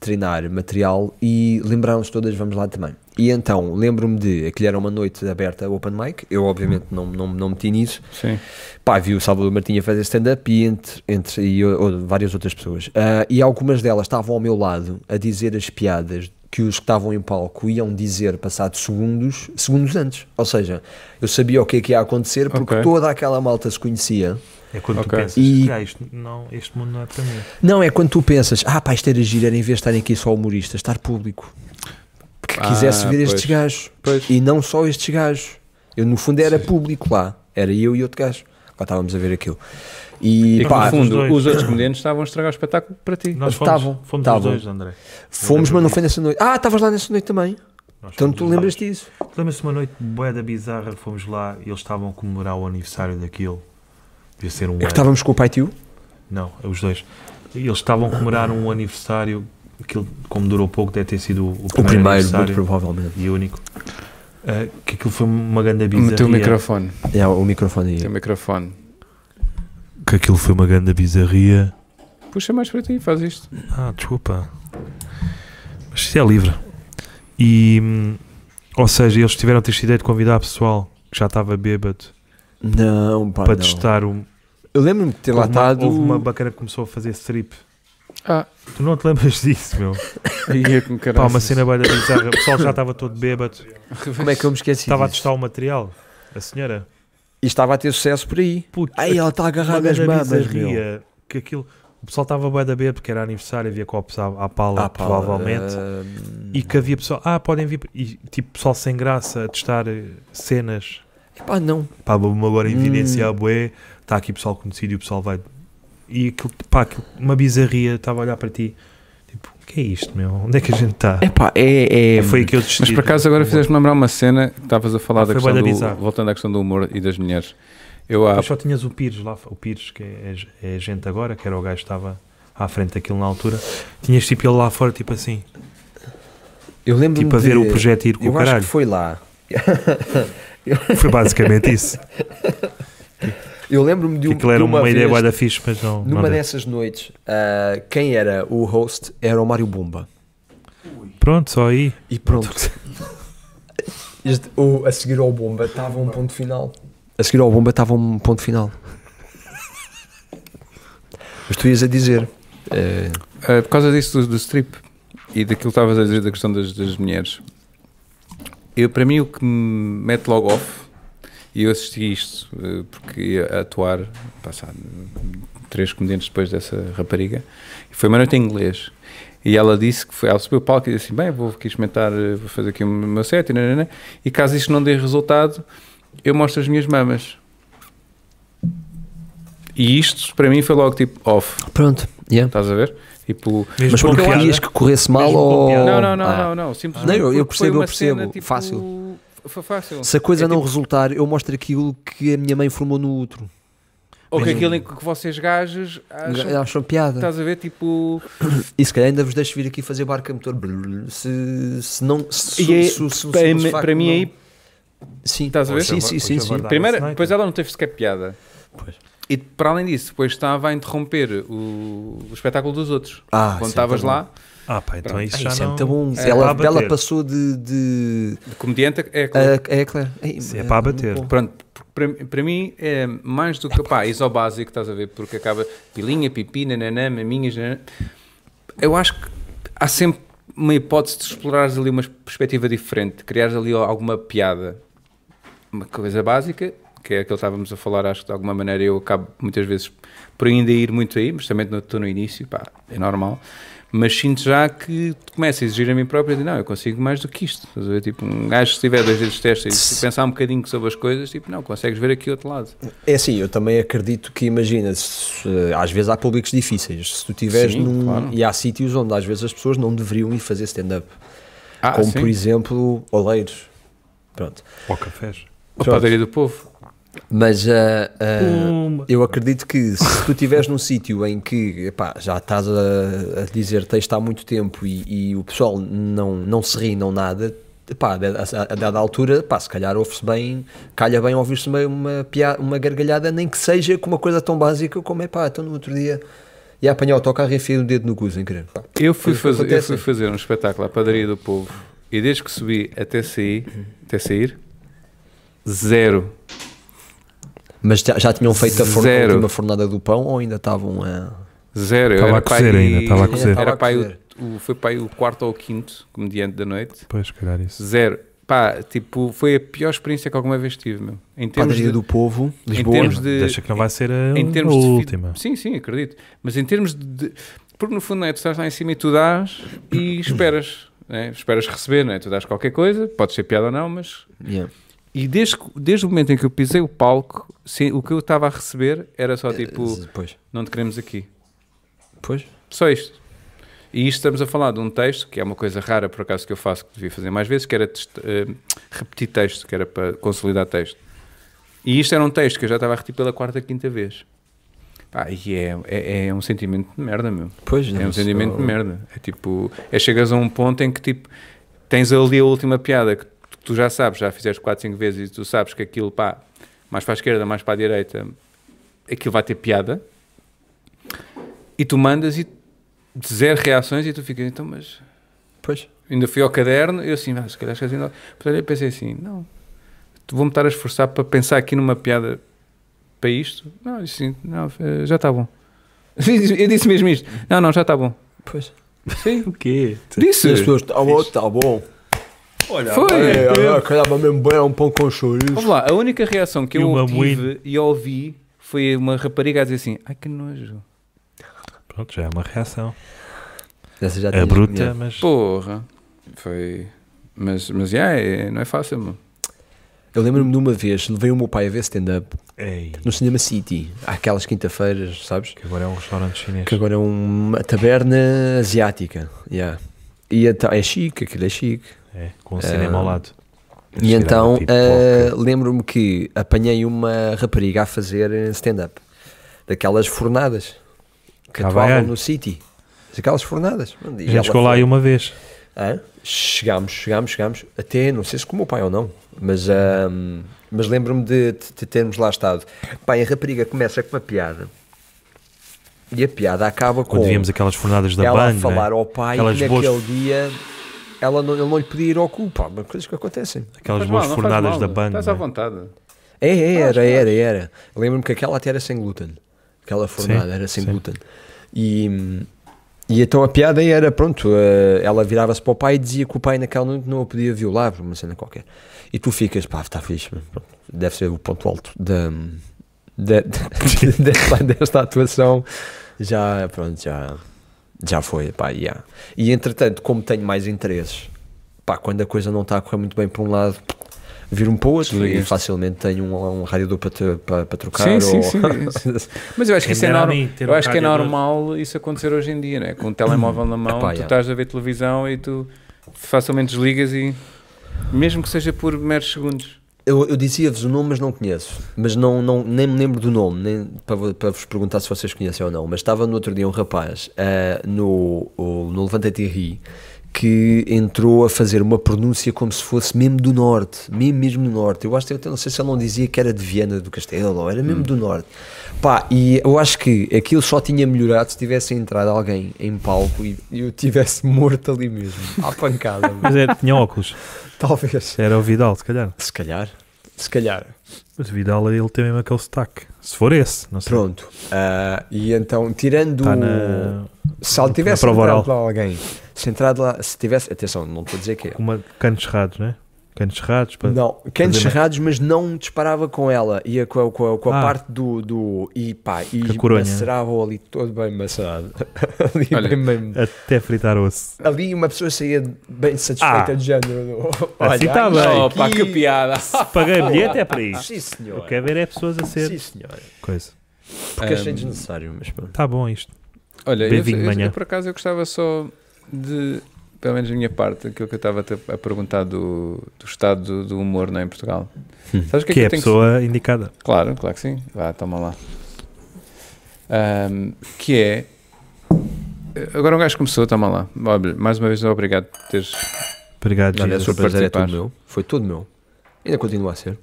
S3: treinar material e lembraram-se todas, vamos lá também. E então, lembro-me de, aquilo era uma noite aberta open mic, eu obviamente não, não, não meti nisso,
S1: Sim.
S3: pá, vi o Salvador Martinha fazer stand-up e entre, entre e, o- o- várias outras pessoas. Ah, e algumas delas estavam ao meu lado a dizer as piadas que os que estavam em palco iam dizer passado segundos, segundos antes. Ou seja, eu sabia o que é que ia acontecer porque
S1: Ok.
S3: toda aquela malta se conhecia.
S2: É quando tu
S1: Ok.
S2: pensas,
S3: assim- E-
S2: "Ah, isto não, este mundo não é para mim.
S3: Não, é quando tu pensas, ah pá, isto era giro, era em vez de estarem aqui só humoristas, estar público. Que
S1: Ah,
S3: quisesse ver estes
S1: pois.
S3: gajos.
S1: Pois.
S3: E não só estes gajos. Eu, no fundo, era público lá. Era eu e outro gajo. Lá estávamos a ver aquilo. E,
S1: E que,
S3: pá,
S1: no fundo,
S2: dois.
S1: os outros comediantes estavam a estragar o espetáculo para ti.
S2: Nós fomos,
S3: Estavam,
S2: fomos
S3: estavam.
S2: os dois, André.
S3: Fomos,
S2: Lembro-me
S3: mas não foi nessa noite. Ah, estavas lá nessa noite também.
S2: Nós
S3: Então
S2: fomos
S3: tu
S2: os
S3: lembras
S2: dois.
S3: disso?
S2: Lembra-se de uma noite boeda bizarra, fomos lá e eles estavam a comemorar o aniversário daquilo. Devia ser um
S3: É que
S2: ano.
S3: estávamos com o pai tio.
S2: Não, é os dois. E Eles estavam a comemorar um aniversário, aquilo, como durou pouco, deve ter sido o primeiro, aniversário
S3: provavelmente.
S2: e único. Ah, que aquilo foi uma grande
S1: O teu
S2: bizarria.
S1: microfone.
S3: É, o microfone
S1: O teu
S3: aí.
S1: microfone.
S2: Que aquilo foi uma grande bizarria.
S1: Puxa mais para ti, faz
S3: [laughs]
S1: isto.
S2: Ah, desculpa. Mas isso é livre. E, hum, ou seja, eles tiveram a ideia de convidar pessoal que já estava bêbado
S3: Não, pá,
S2: para
S3: não.
S2: testar o.
S3: Eu lembro-me de ter lá
S2: Houve uma,
S3: estado...
S2: houve uma bacana que começou a fazer strip.
S1: Ah,
S2: Tu não te lembras disso, meu?
S3: é
S1: ia com caralho.
S2: Pá,
S1: [laughs]
S2: uma cena bem bizarra. O pessoal já estava todo bêbado.
S3: Como é que eu me esqueci
S2: Estava a
S3: disso?
S2: testar o material. A senhora.
S3: E estava a ter sucesso por aí.
S2: Puto,
S3: Ai, ela está
S2: uma
S3: agarrada às
S2: grande
S3: mamas, meu.
S2: bizarria. Que aquilo. O pessoal estava bem da bêbado porque era aniversário, havia copos à, à pala,
S3: Ah, pá,
S2: provavelmente.
S3: ah,
S2: E que havia pessoal, ah, podem vir. E tipo, pessoal sem graça a testar eh, cenas.
S3: Pá, não.
S2: Pá, vamos agora
S3: Hum.
S2: evidenciar, bué. Está aqui pessoal conhecido e o pessoal vai. E aquilo, pá, aquilo, uma bizarria. Estava a olhar para ti, tipo, o que é isto, meu? Onde é que a gente está?
S3: É pá, é... é...
S2: Foi que eu desisti.
S1: Mas por acaso agora
S2: Não vou.
S1: fizeste-me lembrar uma cena que estavas a falar
S2: Ah,
S1: da
S2: foi
S1: questão
S2: bué da
S1: do,
S2: bizarro.
S1: voltando à questão do humor e das mulheres. Eu há
S3: Ah,
S2: Depois só tinhas o Pires lá, o Pires, que é, é- é gente agora, que era o gajo que estava à frente daquilo na altura. Tinhas tipo ele lá fora, tipo assim,
S3: Eu lembro-me
S2: tipo a
S3: de- um
S2: ver o projeto ir com
S3: Eu
S2: o
S3: acho
S2: caralho.
S3: que foi lá.
S2: Foi basicamente
S3: [laughs]
S2: isso.
S3: Eu lembro-me de, um,
S2: Que aquilo era
S3: de uma,
S2: uma, ideia
S3: vez,
S2: bué da fixe, mas não. não
S3: numa
S2: deu.
S3: dessas noites, ah, quem era o host era o Mário Bumba.
S2: Pronto, só aí.
S3: E pronto. [laughs] Este- o- a seguir ao Bomba estava um ponto final. A seguir ao Bomba estava um ponto final. Mas tu ias a dizer. eh,
S1: Uh, por causa disso do, do strip e daquilo que estavas a dizer da questão das, das mulheres, eu, para mim o que me mete logo off, e eu assisti isto uh, porque ia atuar, passado três comediantes depois dessa rapariga, e foi uma noite em inglês. E ela disse que foi, ela subiu o palco e disse assim: Bem, vou aqui experimentar, uh, vou fazer aqui o meu set, e, nananã, e caso isto não dê resultado, eu mostro as minhas mamas. E isto, para mim, foi logo tipo off,
S3: pronto, yeah.
S1: estás a ver? Tipo,
S2: Mesmo
S3: Mas
S2: com
S3: porque
S2: piada.
S3: querias que corresse mal
S2: Mesmo com
S3: ou.
S2: piada.
S1: Não, não, não,
S3: Ah.
S1: não, não. Simplesmente.
S3: Não, eu- eu
S1: porque foi
S3: percebo, eu
S1: uma cena,
S3: percebo.
S1: tipo,
S3: Fácil.
S1: Foi fácil.
S3: Se a coisa
S1: É
S3: não
S1: tipo-
S3: resultar, eu mostro aquilo que a minha mãe formou no outro.
S1: Ou que
S2: Mesmo-
S1: aquilo em que vocês gajos acham.
S3: Acham piada.
S1: Estás a ver, tipo.
S3: E se calhar ainda vos deixo vir aqui fazer barca motor. Blul, Se, se não. Se,
S1: E é-
S3: se- se- se-
S1: para
S3: se
S1: mim-
S3: de facto
S1: para mim
S3: não-
S1: aí-
S3: Sim,
S1: Estás a ver?
S3: Sim, sim, sim.
S2: Hoje
S3: sim.
S2: abordar
S1: Primeiro,
S2: esse night.
S1: depois ela não teve sequer piada.
S3: Pois.
S1: E para além disso, depois estava a interromper o, o espetáculo dos outros.
S3: Ah,
S1: Quando
S3: sim,
S1: estavas
S3: tá bom.
S1: lá,
S2: Ah, pá, então
S1: Pronto.
S2: isso
S3: Ai,
S2: já
S3: isso é
S2: não.
S3: muito bom.
S2: é
S3: ela,
S2: para bater.
S3: ela passou de. de
S1: de comediante é claro.
S3: a, é claro. Ai,
S2: Isso é para bater.
S3: muito bom.
S1: Pronto, porque para, para mim é mais do que pá, isso é o básico, estás a ver? Porque acaba pilinha, pipi, nananã, maminhas, nananã. Eu acho que há sempre uma hipótese de explorares ali uma perspectiva diferente, de criares ali alguma piada. Uma coisa básica, que é aquilo que estávamos a falar, acho que de alguma maneira eu acabo muitas vezes por ainda ir muito aí, mas também não estou no início, pá, é normal. Mas sinto já que começo a exigir a mim próprio de não, eu consigo mais do que isto. Estás a ver? Tipo, um gajo, se tiver dois dedos de testa e se pensar um bocadinho sobre as coisas, tipo, não, consegues ver aqui outro lado.
S3: É assim, eu também acredito que, imagina, se, eh, às vezes há públicos difíceis. Se tu tiveres
S1: Sim,
S3: num.
S1: claro.
S3: E há sítios onde às vezes as pessoas não deveriam ir fazer stand-up.
S1: Ah,
S3: como,
S1: sim,
S3: por exemplo, oleiros. Pronto.
S2: Ou cafés.
S1: a padaria do povo.
S3: Mas ah, ah,
S2: Pumba.
S3: eu acredito que se tu estiveres num sítio em que epá, já estás a, a dizer texto há muito tempo e, e o pessoal não, não se ri, não nada, epá, a, a- a dada altura, pá, se calhar ouve-se bem, calha bem ouvir-se uma, uma, pia- uma gargalhada, nem que seja com uma coisa tão básica como é pá, então no outro dia e apanhar o autocarro e enfiar o dedo no cu sem querer. Pá.
S1: Eu fui,
S3: Coisas que
S1: fazer, eu fui
S3: acontecem.
S1: fazer um espetáculo à padaria do povo e desde que subi até sair, até sair zero.
S3: Mas já, já tinham feito a, forna, a
S1: Zero.
S3: última fornada do pão ou ainda estavam a.
S1: Zero.
S2: Estava
S1: eu era
S2: a cozer
S1: pai,
S2: ainda, estava a cozer.
S1: Era
S3: Estava a
S1: pai
S3: cozer.
S1: o, o- foi pai o quarto ou o quinto comediante da noite.
S2: Pois, calhar isso.
S1: Zero. Pá, tipo, foi a pior experiência que alguma vez tive, meu. Em termos
S3: Padaria
S1: de,
S3: do Povo, Lisboa.
S1: termos de-
S2: Deixa que não vai ser É a,
S1: em termos
S2: a
S1: de feed-
S2: última.
S1: Sim, sim, acredito. Mas em termos de. de- Porque no fundo, não é? Tu estás lá em cima e tu dás e esperas. [coughs] né? Esperas receber, não é? Tu dás qualquer coisa, pode ser piada ou não, mas.
S3: Yeah.
S1: E desde, que- desde o momento em que eu pisei o palco, sim, o que eu estava a receber era
S3: Eh,
S1: só tipo:
S3: Pois.
S1: não te queremos aqui.
S3: Pois.
S1: Só isto. E isto estamos a falar de um texto, que é uma coisa rara por acaso que eu faço, que devia fazer mais vezes, que era test- eh, repetir texto, que era para consolidar texto. E isto era um texto que eu já estava a repetir pela quarta, quinta vez. Pá, e é, é, é um sentimento de merda, meu.
S3: Pois,
S1: É um sentimento de merda. É tipo, é chegas a um ponto em que tipo, tens ali a última piada que tu já sabes, já fizeste 4, 5 vezes e tu sabes que aquilo, pá, mais para a esquerda, mais para a direita, aquilo vai ter piada. E tu mandas e zero reações e tu ficas, então, mas
S3: Pois.
S1: ainda fui ao caderno e eu assim, ah, se calhar esqueci. de nada. Mas olha, eu pensei assim, não, tu vou-me estar a esforçar para pensar aqui numa piada para isto. Não, eu disse assim, não, eh, já está bom. [laughs] Eu disse mesmo isto. Não, não, já está bom.
S3: Pois.
S1: Sim.
S2: O quê?
S1: Disse.
S3: tá bom, tá bom. Ah,
S2: Olha,
S1: Foi.
S3: Ei, agora calhava mesmo bem, é um pão com chouriço.
S1: Vamos lá, a única reação que
S2: E
S1: eu
S2: uma
S1: tive e ouvi foi uma rapariga a dizer assim: ai que nojo.
S2: Pronto, já é uma reação.
S3: Essa já
S2: É
S3: tinha-
S2: bruta,
S3: Yeah.
S2: mas.
S1: Porra. Foi. Mas, mas yeah, é, não é fácil, mano.
S3: Eu lembro-me de uma vez, levei o meu pai a ver stand-up
S2: Ei,
S3: no Cinema City, aquelas quinta-feiras, sabes?
S2: que agora é um restaurante chinês.
S3: Que agora é uma taberna asiática. Yeah. E então, é chique, aquilo é chique.
S2: É, com um cinema ao lado.
S3: E
S2: Cheirava
S3: então
S2: pipoca.
S3: ah, lembro-me que apanhei uma rapariga a fazer stand-up, daquelas fornadas que
S2: Cá vai
S3: atuavam
S2: ela.
S3: no City. Aquelas fornadas. Mano, e
S2: A gente
S3: ela
S2: Ah, chegou lá
S3: foi.
S2: aí uma vez.
S3: Hã? Chegámos, chegámos, chegámos. Até, não sei se com o meu pai ou não, mas, ahm, mas lembro-me de, de- de termos lá estado. Pai, a rapariga começa com uma piada e a piada acaba com
S2: Quando víamos aquelas fornadas da
S3: ela a
S2: banha.
S3: falar ao pai
S2: Aquelas
S3: que
S2: boas-
S3: naquele dia ela não, ele não lhe podia ir ao cu. Pá, mas coisas que acontecem.
S2: Aquelas
S1: Faz
S2: boas
S1: mal, não faz
S2: fornadas
S1: mal,
S2: da é? banha.
S1: Estás à vontade.
S3: É, é, era, era, era. Lembro-me que aquela até era sem glúten. Aquela fornada
S2: Sim,
S3: era sem
S2: sim.
S3: glúten. E, e então a piada era, pronto, eh, ela virava-se para o pai e dizia que o pai naquela noite não a podia violar, por uma cena qualquer. E tu ficas, pá, está fixe, mas pronto, deve ser o ponto alto da, da- [laughs] desta, desta atuação. Já, pronto, já, já foi, pá, já. E entretanto, como tenho mais interesses, pá, quando a coisa não está a correr muito bem para um lado, viro-me para o outro e
S1: Desligas-te.
S3: facilmente tenho um, um radiador para, te- para, para trocar.
S1: Sim, sim,
S3: ou-
S1: sim,
S3: [laughs]
S1: Mas eu acho que isso é,
S2: Era a
S1: norm-
S2: mim ter
S1: eu
S2: um
S1: acho que é
S2: radiador.
S1: normal isso acontecer hoje em dia, né? Com o telemóvel na mão,
S3: Epá,
S1: tu
S3: já.
S1: estás a ver televisão e tu facilmente desligas e mesmo que seja por meros segundos.
S3: Eu, eu dizia-vos o nome, mas não conheço. Mas não, não, nem me lembro do nome, nem para, vo- para vos perguntar se vocês conhecem ou não. Mas estava no outro dia um rapaz ah, no, o- no Levanta-te e Ri que entrou a fazer uma pronúncia como se fosse mesmo do norte, mesmo, mesmo do norte. Eu acho que eu até não sei se ele não dizia que era de Viana do Castelo, ou era mesmo do norte. Pá, e eu acho que aquilo só tinha melhorado se tivesse entrado alguém em palco e e eu tivesse [laughs] morto ali mesmo, à [laughs] pancada.
S2: Mas é, tinha óculos.
S3: Talvez.
S2: Era o Vidal, se calhar.
S3: Se calhar. Se calhar.
S2: Mas o Vidal, ele tem mesmo aquele sotaque. Se for esse, não sei.
S3: Pronto. Ah, e então, tirando.
S2: Está Tá na...
S3: se ele tivesse
S2: na prova
S3: entrado
S2: oral.
S3: lá alguém. Se entrado lá. Se tivesse. Atenção, não estou a dizer que é.
S2: com uma... canos cerrados, né? Canos cerrados. Para...
S3: Não, canos
S2: fazer mais-
S3: cerrados, mas não disparava com ela. Ia com a, com a, com a
S2: Ah.
S3: parte do, do. E pá, e
S2: Com a coronha.
S3: macerava ali todo bem maçado. [laughs] ali,
S1: Olha.
S3: bem, bem-
S2: Até fritar osso.
S3: ali uma pessoa saía bem satisfeita
S2: Ah.
S3: de género. do- Olha,
S2: Assim tá
S3: ai,
S2: bem.
S3: isto
S1: Opa,
S3: aqui-
S1: que piada!
S2: Paguei bilhete é para isso.
S3: Sim, senhor.
S2: Eu quero ver é pessoas a ser.
S3: Sim, senhor.
S2: Coisa.
S3: Porque achei
S1: Ahm.
S3: desnecessário, mas pronto.
S2: Tá bom isto.
S1: Olha, eu,
S2: Bem-vindo
S1: eu-
S2: manhã.
S1: eu por acaso eu gostava só de, pelo menos da minha parte, aquilo que eu estava a te- a perguntar do, do estado do, do humor não é, em Portugal.
S3: Hum.
S1: Sabes o que é
S2: Que
S1: que
S2: é
S1: eu
S2: a
S1: tenho
S2: pessoa indicada.
S1: que... Claro, claro que sim. Vá, toma lá. Ahm, que é... Agora um gajo começou, toma lá. Olha, mais uma vez obrigado por teres...
S2: Obrigado,
S3: Olha,
S1: Jesus,
S3: o prazer é
S1: participar.
S3: todo meu. Foi todo meu. Ainda continua a ser.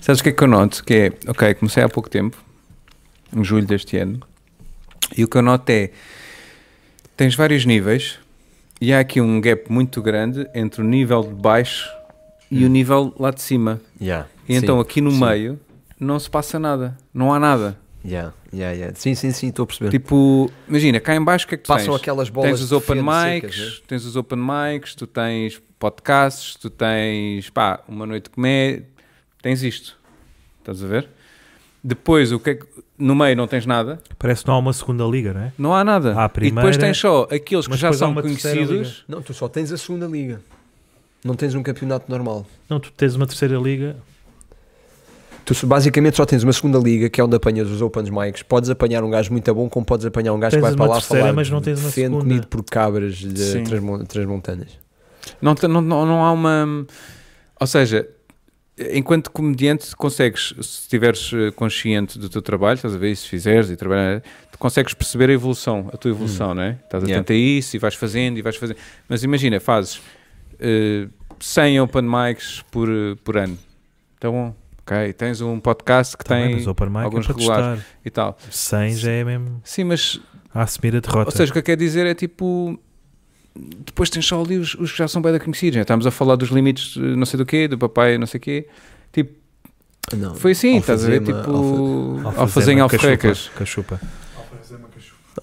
S1: Sabes o que é que eu noto? Que é, ok, comecei há pouco tempo, em julho deste ano, e o que eu noto é, tens vários níveis, e há aqui um gap muito grande entre o nível de baixo e o nível lá de cima.
S3: Yeah.
S1: E então
S3: Hum. Sim,
S1: aqui no
S3: sim.
S1: meio não se passa nada, não há nada.
S3: Yeah, yeah, yeah. Sim, sim, sim, estou a perceber.
S1: Tipo, imagina, cá em baixo o que é que tu
S3: Passam
S1: tens?
S3: aquelas bolas
S1: tens os
S3: de
S1: open
S3: feno
S1: mics,
S3: secas, né?
S1: tens os open mics, tu tens podcasts, tu tens pá, uma noite de comédia, tens isto. Estás a ver? Depois, o que é que- no meio não tens nada,
S2: Parece que não há uma segunda liga, não é?
S1: não há nada.
S2: Há a
S1: e depois
S2: primeira,
S1: tens só aqueles que
S2: mas
S1: já
S2: depois há
S1: são
S2: uma terceira
S1: conhecidos.
S3: Não, tu só tens a segunda liga. Não tens um campeonato normal.
S2: Não, tu tens uma terceira liga.
S3: Tu só- basicamente só tens uma segunda liga, que é onde apanhas os open mics. Podes apanhar um gajo muito bom, como podes apanhar um gajo
S2: Tens
S3: que vai
S2: uma
S3: para lá
S2: terceira,
S3: falar
S2: mas não
S3: de
S2: tens uma
S3: feno
S2: segunda.
S3: comido por cabras
S1: Sim.
S3: de transmo- transmontanas.
S1: Não, te- não, não, não há uma. Ou seja, enquanto comediante, consegues, se estiveres eh, consciente do teu trabalho, estás a ver, e se fizeres e trabalhar, tu consegues perceber a evolução, a tua
S2: Hum.
S1: evolução, não é? Estás
S3: Yeah.
S1: atento a isso e vais fazendo e vais fazendo. Mas imagina, fazes eh, 100 open mics por, eh, por ano. Tá bom. Ok, tens um podcast que
S2: Também,
S1: tem
S2: mas o Open Mic é
S1: alguns
S2: para
S1: regulares.
S2: testar.
S1: e tal.
S2: 100 já é mesmo
S1: Sim, mas
S2: a assumir a derrota.
S1: ou seja, o que eu quero dizer é tipo. Depois tens só ali os, os que já são bem conhecidos. né? Estamos a falar dos limites eh, não sei do quê, do papai não sei o quê. Tipo,
S3: Não,
S1: foi assim, estás a ver?
S3: alfazema,
S1: Tipo,
S2: Alfazema,
S1: ao fazer em alfrecas.
S2: cachupa, cachupa.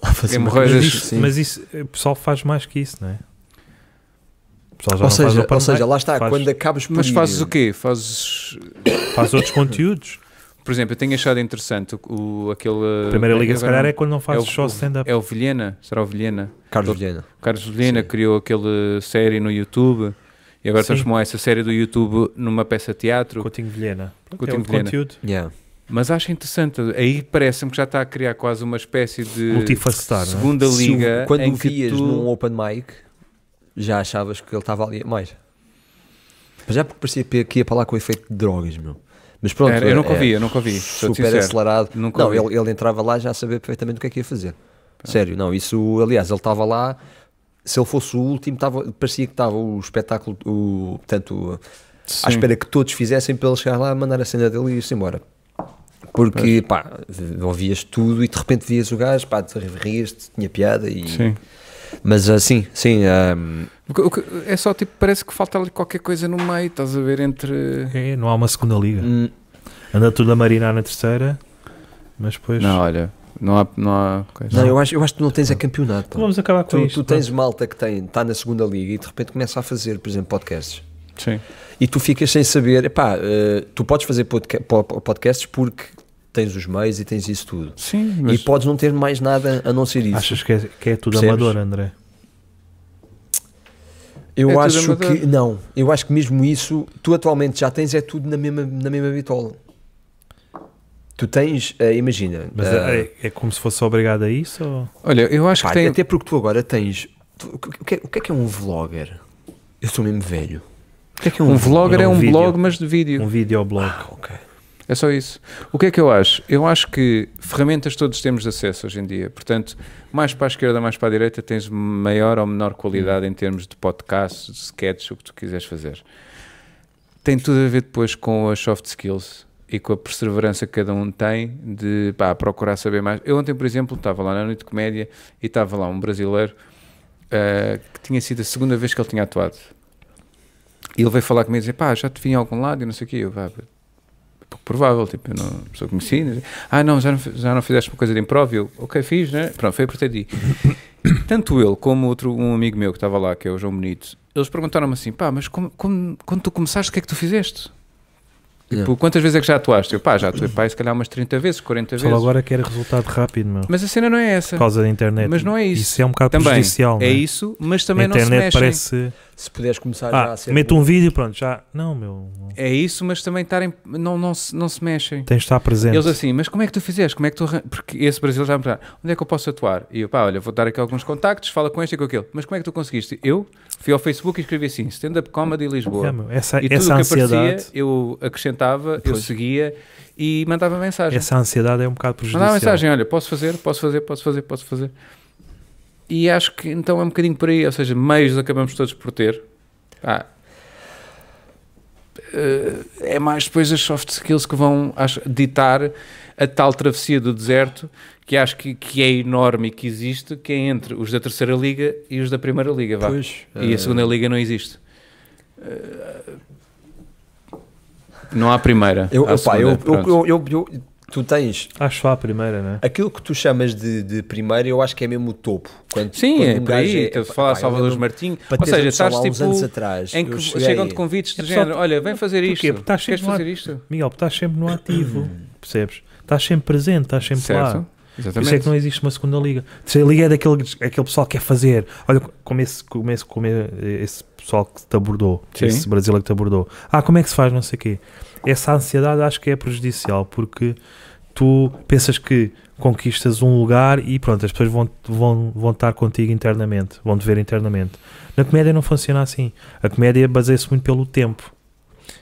S3: alfazema.
S1: Hemorroidas.
S2: Mas
S1: Coisas-
S2: isso,
S3: Sim.
S2: mas isso, eh, o pessoal faz mais que isso, não é? O pessoal já
S3: Ou
S2: não faz
S3: seja,
S2: open
S3: ou seja,
S2: mic,
S3: lá está,
S2: faz-
S3: quando acabas por
S1: Mas
S3: ir-
S1: fazes o quê? Fazes.
S2: faz
S1: [laughs]
S2: outros conteúdos.
S1: Por exemplo, eu tenho achado interessante o, o- aquele.
S2: Primeira liga,
S1: eu
S2: se calhar,
S1: não-
S2: é quando não fazes
S1: o-
S2: só stand-up.
S1: É o Vilhena? Será o Vilhena?
S3: Carlos Vilhena.
S1: O Carlos Vilhena
S3: Sim.
S1: criou aquele série no YouTube e agora
S2: Sim.
S1: transformou essa série do YouTube numa peça de teatro.
S2: Coutinho Vilhena. Pronto,
S1: Coutinho
S2: é outro
S1: Vilhena.
S2: conteúdo.
S3: Yeah.
S1: Mas acho interessante. Aí parece-me que já está a criar quase uma espécie de
S2: Multifacetar, não é?
S1: segunda
S3: Se o-
S1: liga.
S3: quando
S1: em
S3: o
S1: que
S3: vias
S1: tu-
S3: num open mic, já achavas que ele estava ali mais. Mas já porque parecia pe- que ia para lá com o efeito de drogas, meu. Mas pronto,
S1: Era- eu nunca
S3: é
S1: ouvi, eu nunca ouvi. Sou
S3: super acelerado.
S1: Nunca
S3: não,
S1: ouvi.
S3: ele, ele entrava lá já a saber perfeitamente o que é que ia fazer. Sério, não, isso, aliás, ele estava lá, se ele fosse o último, estava- parecia que estava o espetáculo, o, portanto, à espera que todos fizessem para ele chegar lá, mandar a cena dele e ir-se embora. Porque, pá, ouvias tudo e de repente vias o gajo, pá, te rias-te, tinha piada e...
S1: Sim.
S3: Mas assim, sim, ahm,
S1: O que- o que- é só tipo, parece que falta ali qualquer coisa no meio, estás a ver? Entre.
S2: É, não há uma segunda liga.
S3: hum,
S2: Anda tudo a marinar na terceira, mas depois.
S1: Não, olha, não há. Não há coisa.
S3: não, eu acho, eu acho que tu não tens a campeonato.
S2: Então
S3: pá.
S2: vamos acabar com
S3: Tu,
S2: isto.
S3: tu tens malta que tem, está na segunda liga e de repente começa a fazer, por exemplo, podcasts.
S1: Sim.
S3: E tu ficas sem saber, epá, eh, tu podes fazer podca- po- po- podcasts porque tens os meios e tens isso tudo.
S1: Sim, mas.
S3: E podes não ter mais nada a não ser isso.
S2: Achas que é, que é tudo
S3: Percebes?
S2: amador, André?
S3: Eu
S1: É tudo
S3: acho
S1: amador.
S3: que não, eu acho que mesmo isso tu atualmente já tens é tudo na mesma, na mesma bitola. Tu tens, eh, imagina,
S2: Mas
S3: eh,
S2: é, é- é como se fosse obrigado a isso? Ou...
S1: Olha, eu acho
S3: pá,
S1: que tem.
S3: até porque tu agora tens. tu- o, que, o que é, o que é que é um vlogger? Eu sou mesmo velho. O que é que é um,
S1: Um vlogger
S2: um
S1: é um
S2: vídeo.
S1: blog, mas de vídeo.
S2: Um videoblog.
S3: Ah, ok.
S1: É só isso. O que é que eu acho? Eu acho que ferramentas todos temos acesso hoje em dia. Portanto, mais para a esquerda, mais para a direita, tens maior ou menor qualidade em termos de podcast, de sketch, o que tu quiseres fazer. Tem tudo a ver depois com as soft skills e com a perseverança que cada um tem de pá, procurar saber mais. Eu ontem, por exemplo, estava lá na Noite de Comédia e estava lá um brasileiro ah, que tinha sido a segunda vez que ele tinha atuado. E ele veio falar comigo e dizer, pá, já te vi em algum lado e não sei o quê. Eu, pá, pouco provável, tipo, eu não sou conhecido. Ah, não, já não, fi- já não fizeste uma coisa de improv? Eu, ok, fiz, né? Pronto, foi a partir daí. [coughs] Tanto ele como outro, um amigo meu que estava lá, que é o João Bonito, eles perguntaram-me assim, pá, mas como, como- quando tu começaste, o que é que tu fizeste? Tipo,
S3: Yeah.
S1: quantas vezes é que já atuaste? Eu, pá, já atuei, pá, se calhar umas 30 vezes, 40
S2: Só
S1: vezes.
S2: agora quer resultado rápido, meu.
S1: Mas a cena não é essa.
S2: Por causa da internet.
S1: Mas não é isso.
S2: Isso é um bocado
S1: Também,
S2: prejudicial.
S1: é
S2: né?
S1: isso, mas também
S2: a
S1: não se
S2: internet
S1: mexem.
S2: parece.
S3: Se puderes começar já
S2: Ah,
S3: a ser.
S2: mete um vídeo, pronto, já. Não, meu.
S1: É isso, mas também estarem, não, não, se, não se mexem.
S2: Tens de estar presente.
S1: Eles assim, mas como é que tu fizeste? Como é que tu arran- Porque esse brasileiro já me perguntar, onde é que eu posso atuar? E eu, pá, olha, vou dar aqui alguns contactos, fala com este e com aquele. Mas como é que tu conseguiste? Eu fui ao Facebook e escrevi assim, stand-up comedy Lisboa.
S2: É, meu, essa
S1: E tudo
S2: essa
S1: o que
S2: ansiedade.
S1: aparecia, eu acrescentava, eu
S3: Pois.
S1: seguia e mandava mensagem.
S2: Essa ansiedade é um bocado prejudicial.
S1: Mandava mensagem, olha, posso fazer, posso fazer, posso fazer, posso fazer. E acho que então é um bocadinho por aí, ou seja, meios acabamos todos por ter. Ah, eh, é mais depois as soft skills que vão acho, ditar a tal travessia do deserto que acho que, que é enorme e que existe, que é entre os da terceira liga e os da primeira liga, vá.
S3: Pois,
S1: E
S3: eh,
S1: a segunda liga não existe. Eh, Não há a primeira.
S3: Eu,
S1: há a
S3: opá, eu,
S1: segunda,
S3: eu,
S1: Ah, pronto.
S3: eu, eu- eu- tu tens
S2: Acho só a primeira, né?
S3: aquilo que tu chamas de, de primeiro, eu acho que é mesmo o topo. Quando,
S1: Sim,
S3: quando
S1: é
S3: um
S1: por
S3: gajo
S1: aí.
S3: é-
S1: Estou a
S3: pá,
S1: falar
S3: pá, eu
S1: Salvador
S3: lembro-me
S1: Martinho.
S3: para
S1: Ou
S3: teres
S1: seja,
S3: noção,
S1: estás
S3: há uns anos
S1: tipo.
S3: atrás,
S1: Em que
S3: eu cheguei-
S1: chegam-te convites
S2: É
S1: do
S2: só-
S1: género: olha, vem fazer
S2: Porquê?
S1: isto.
S2: Porque estás
S1: Queres
S2: sempre lá-
S1: fazer isto?
S2: Miguel, estás sempre no ativo,
S1: [clears throat]
S2: percebes? Estás sempre presente, estás sempre lá.
S1: Certo?
S2: Por isso é que não existe uma segunda liga. A terceira liga é daquele, aquele pessoal que quer fazer. Olha, como esse, como esse, como esse pessoal que te abordou,
S1: Sim.
S2: esse brasileiro que te abordou. Ah, como é que se faz, não sei o quê. Essa ansiedade acho que é prejudicial, porque tu pensas que conquistas um lugar e pronto, as pessoas vão, vão, vão estar contigo internamente, vão te ver internamente. Na comédia não funciona assim. A comédia baseia-se muito pelo tempo.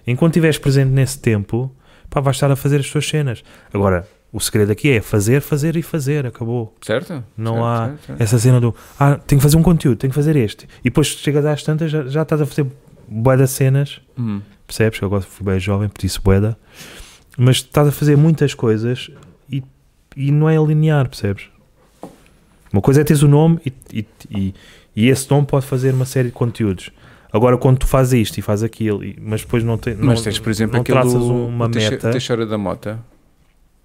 S2: Enquanto estiveres presente nesse tempo, pá, vais estar a fazer as tuas cenas. Agora, o segredo aqui é fazer, fazer e fazer, acabou.
S1: Certo?
S2: Não
S1: Certo,
S2: há
S1: certo, certo.
S2: essa cena do ah, tenho que fazer um conteúdo, tenho que fazer este. E depois chegas às tantas, já, já estás a fazer bué de cenas,
S1: Hum.
S2: percebes? Eu agora fui bem jovem, por isso bué da. Mas estás a fazer muitas coisas e, e não é linear, percebes? Uma coisa é teres o nome e, e, e, e esse nome pode fazer uma série de conteúdos. Agora, quando tu fazes isto e fazes aquilo, e- mas depois não, te, não,
S1: Mas tens, por exemplo,
S2: não
S1: aquele
S2: traças
S1: do
S2: uma
S1: o Teixe-
S2: meta.
S1: Teixeira da Mota.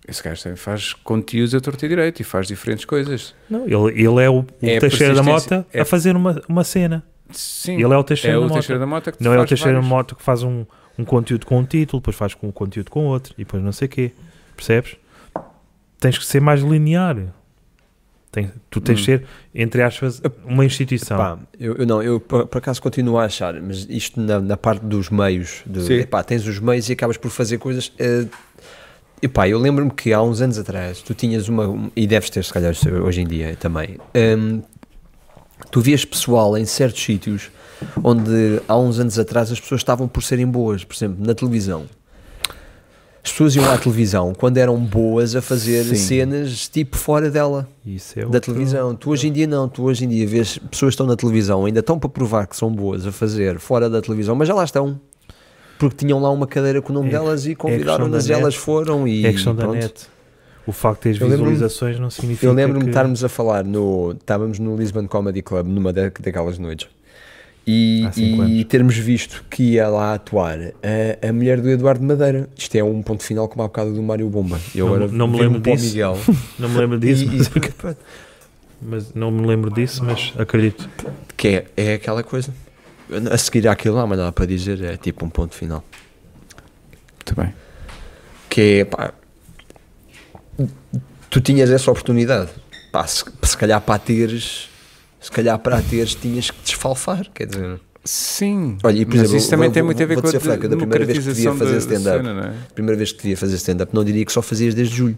S1: Esse gajo também faz conteúdos a torta e direito e faz diferentes coisas.
S2: Não, ele, ele é o, o
S1: É a
S2: Teixeira da
S1: persistência,
S2: Mota
S1: é-
S2: a fazer uma, uma cena.
S1: Sim.
S2: Ele é o Teixeira
S1: é
S2: da
S1: o
S2: Mota.
S1: Teixeira da Mota que
S2: Não é o
S1: faz
S2: Teixeira
S1: vários.
S2: Moto que faz um, um conteúdo com um título, depois faz com um conteúdo com outro, e depois não sei o quê. Percebes? Tens que ser mais linear. Tem- tu tens de
S1: Hum.
S2: ser, entre aspas, uma instituição.
S3: Pá, eu, eu não, eu por, por acaso continuo a achar, mas isto na, na parte dos meios, de,
S1: Sim.
S3: epá, tens os meios e acabas por fazer coisas eh, E pá, eu lembro-me que há uns anos atrás tu tinhas uma. um- E deves ter, se calhar, hoje em dia também. hum, tu vias pessoal em certos sítios onde há uns anos atrás as pessoas estavam por serem boas. Por exemplo, na televisão. As pessoas iam à televisão quando eram boas a fazer
S4: Sim.
S3: cenas tipo fora dela
S2: Isso é
S3: da
S2: outro-
S3: televisão. Tu hoje em dia não, tu hoje em dia vês pessoas que estão na televisão, ainda estão para provar que são boas a fazer fora da televisão, mas já lá estão. Porque tinham lá uma cadeira com o nome
S2: É-
S3: delas e
S2: da
S3: convidaram-nas,
S2: net.
S3: elas foram e
S2: É a questão da
S3: pronto.
S2: net. O facto de teres
S3: Eu lembro-me-
S2: visualizações não significa.
S3: Eu lembro-me de
S2: que...
S3: estarmos a falar no. Estávamos no Lisbon Comedy Club numa da- daquelas noites e,
S2: Há cinco
S3: e
S2: anos.
S3: termos visto que ia lá atuar a, a mulher do Eduardo Madeira. Isto é um ponto final como há bocado do Mário Bomba. Eu
S2: Não-
S3: agora
S2: não me
S3: viro-me
S2: lembro
S3: para o
S2: disso. [laughs]
S3: Miguel.
S2: Não me lembro disso,
S3: [laughs] E-
S2: mas,
S3: e- pronto.
S2: mas não me lembro disso, mas acredito.
S3: Que é, é aquela coisa. A seguir àquilo lá, mas dá para dizer, é tipo um ponto final.
S1: Muito bem.
S3: Que é, pá, tu tinhas essa oportunidade. Pá, se, se calhar para a teres, se calhar para a teres, tinhas que desfalfar. Quer dizer,
S1: Sim.
S3: Olha, e, por
S1: mas
S3: exemplo,
S1: isso também
S3: vou-
S1: tem
S3: vou-
S1: muito a ver
S3: vou
S1: com a
S3: dizer franca, da primeira vez que devia
S1: democratização da-
S3: fazer
S1: da
S3: stand-up.
S1: cena, não é?
S3: primeira vez que te via fazer stand-up, não diria que só fazias desde julho.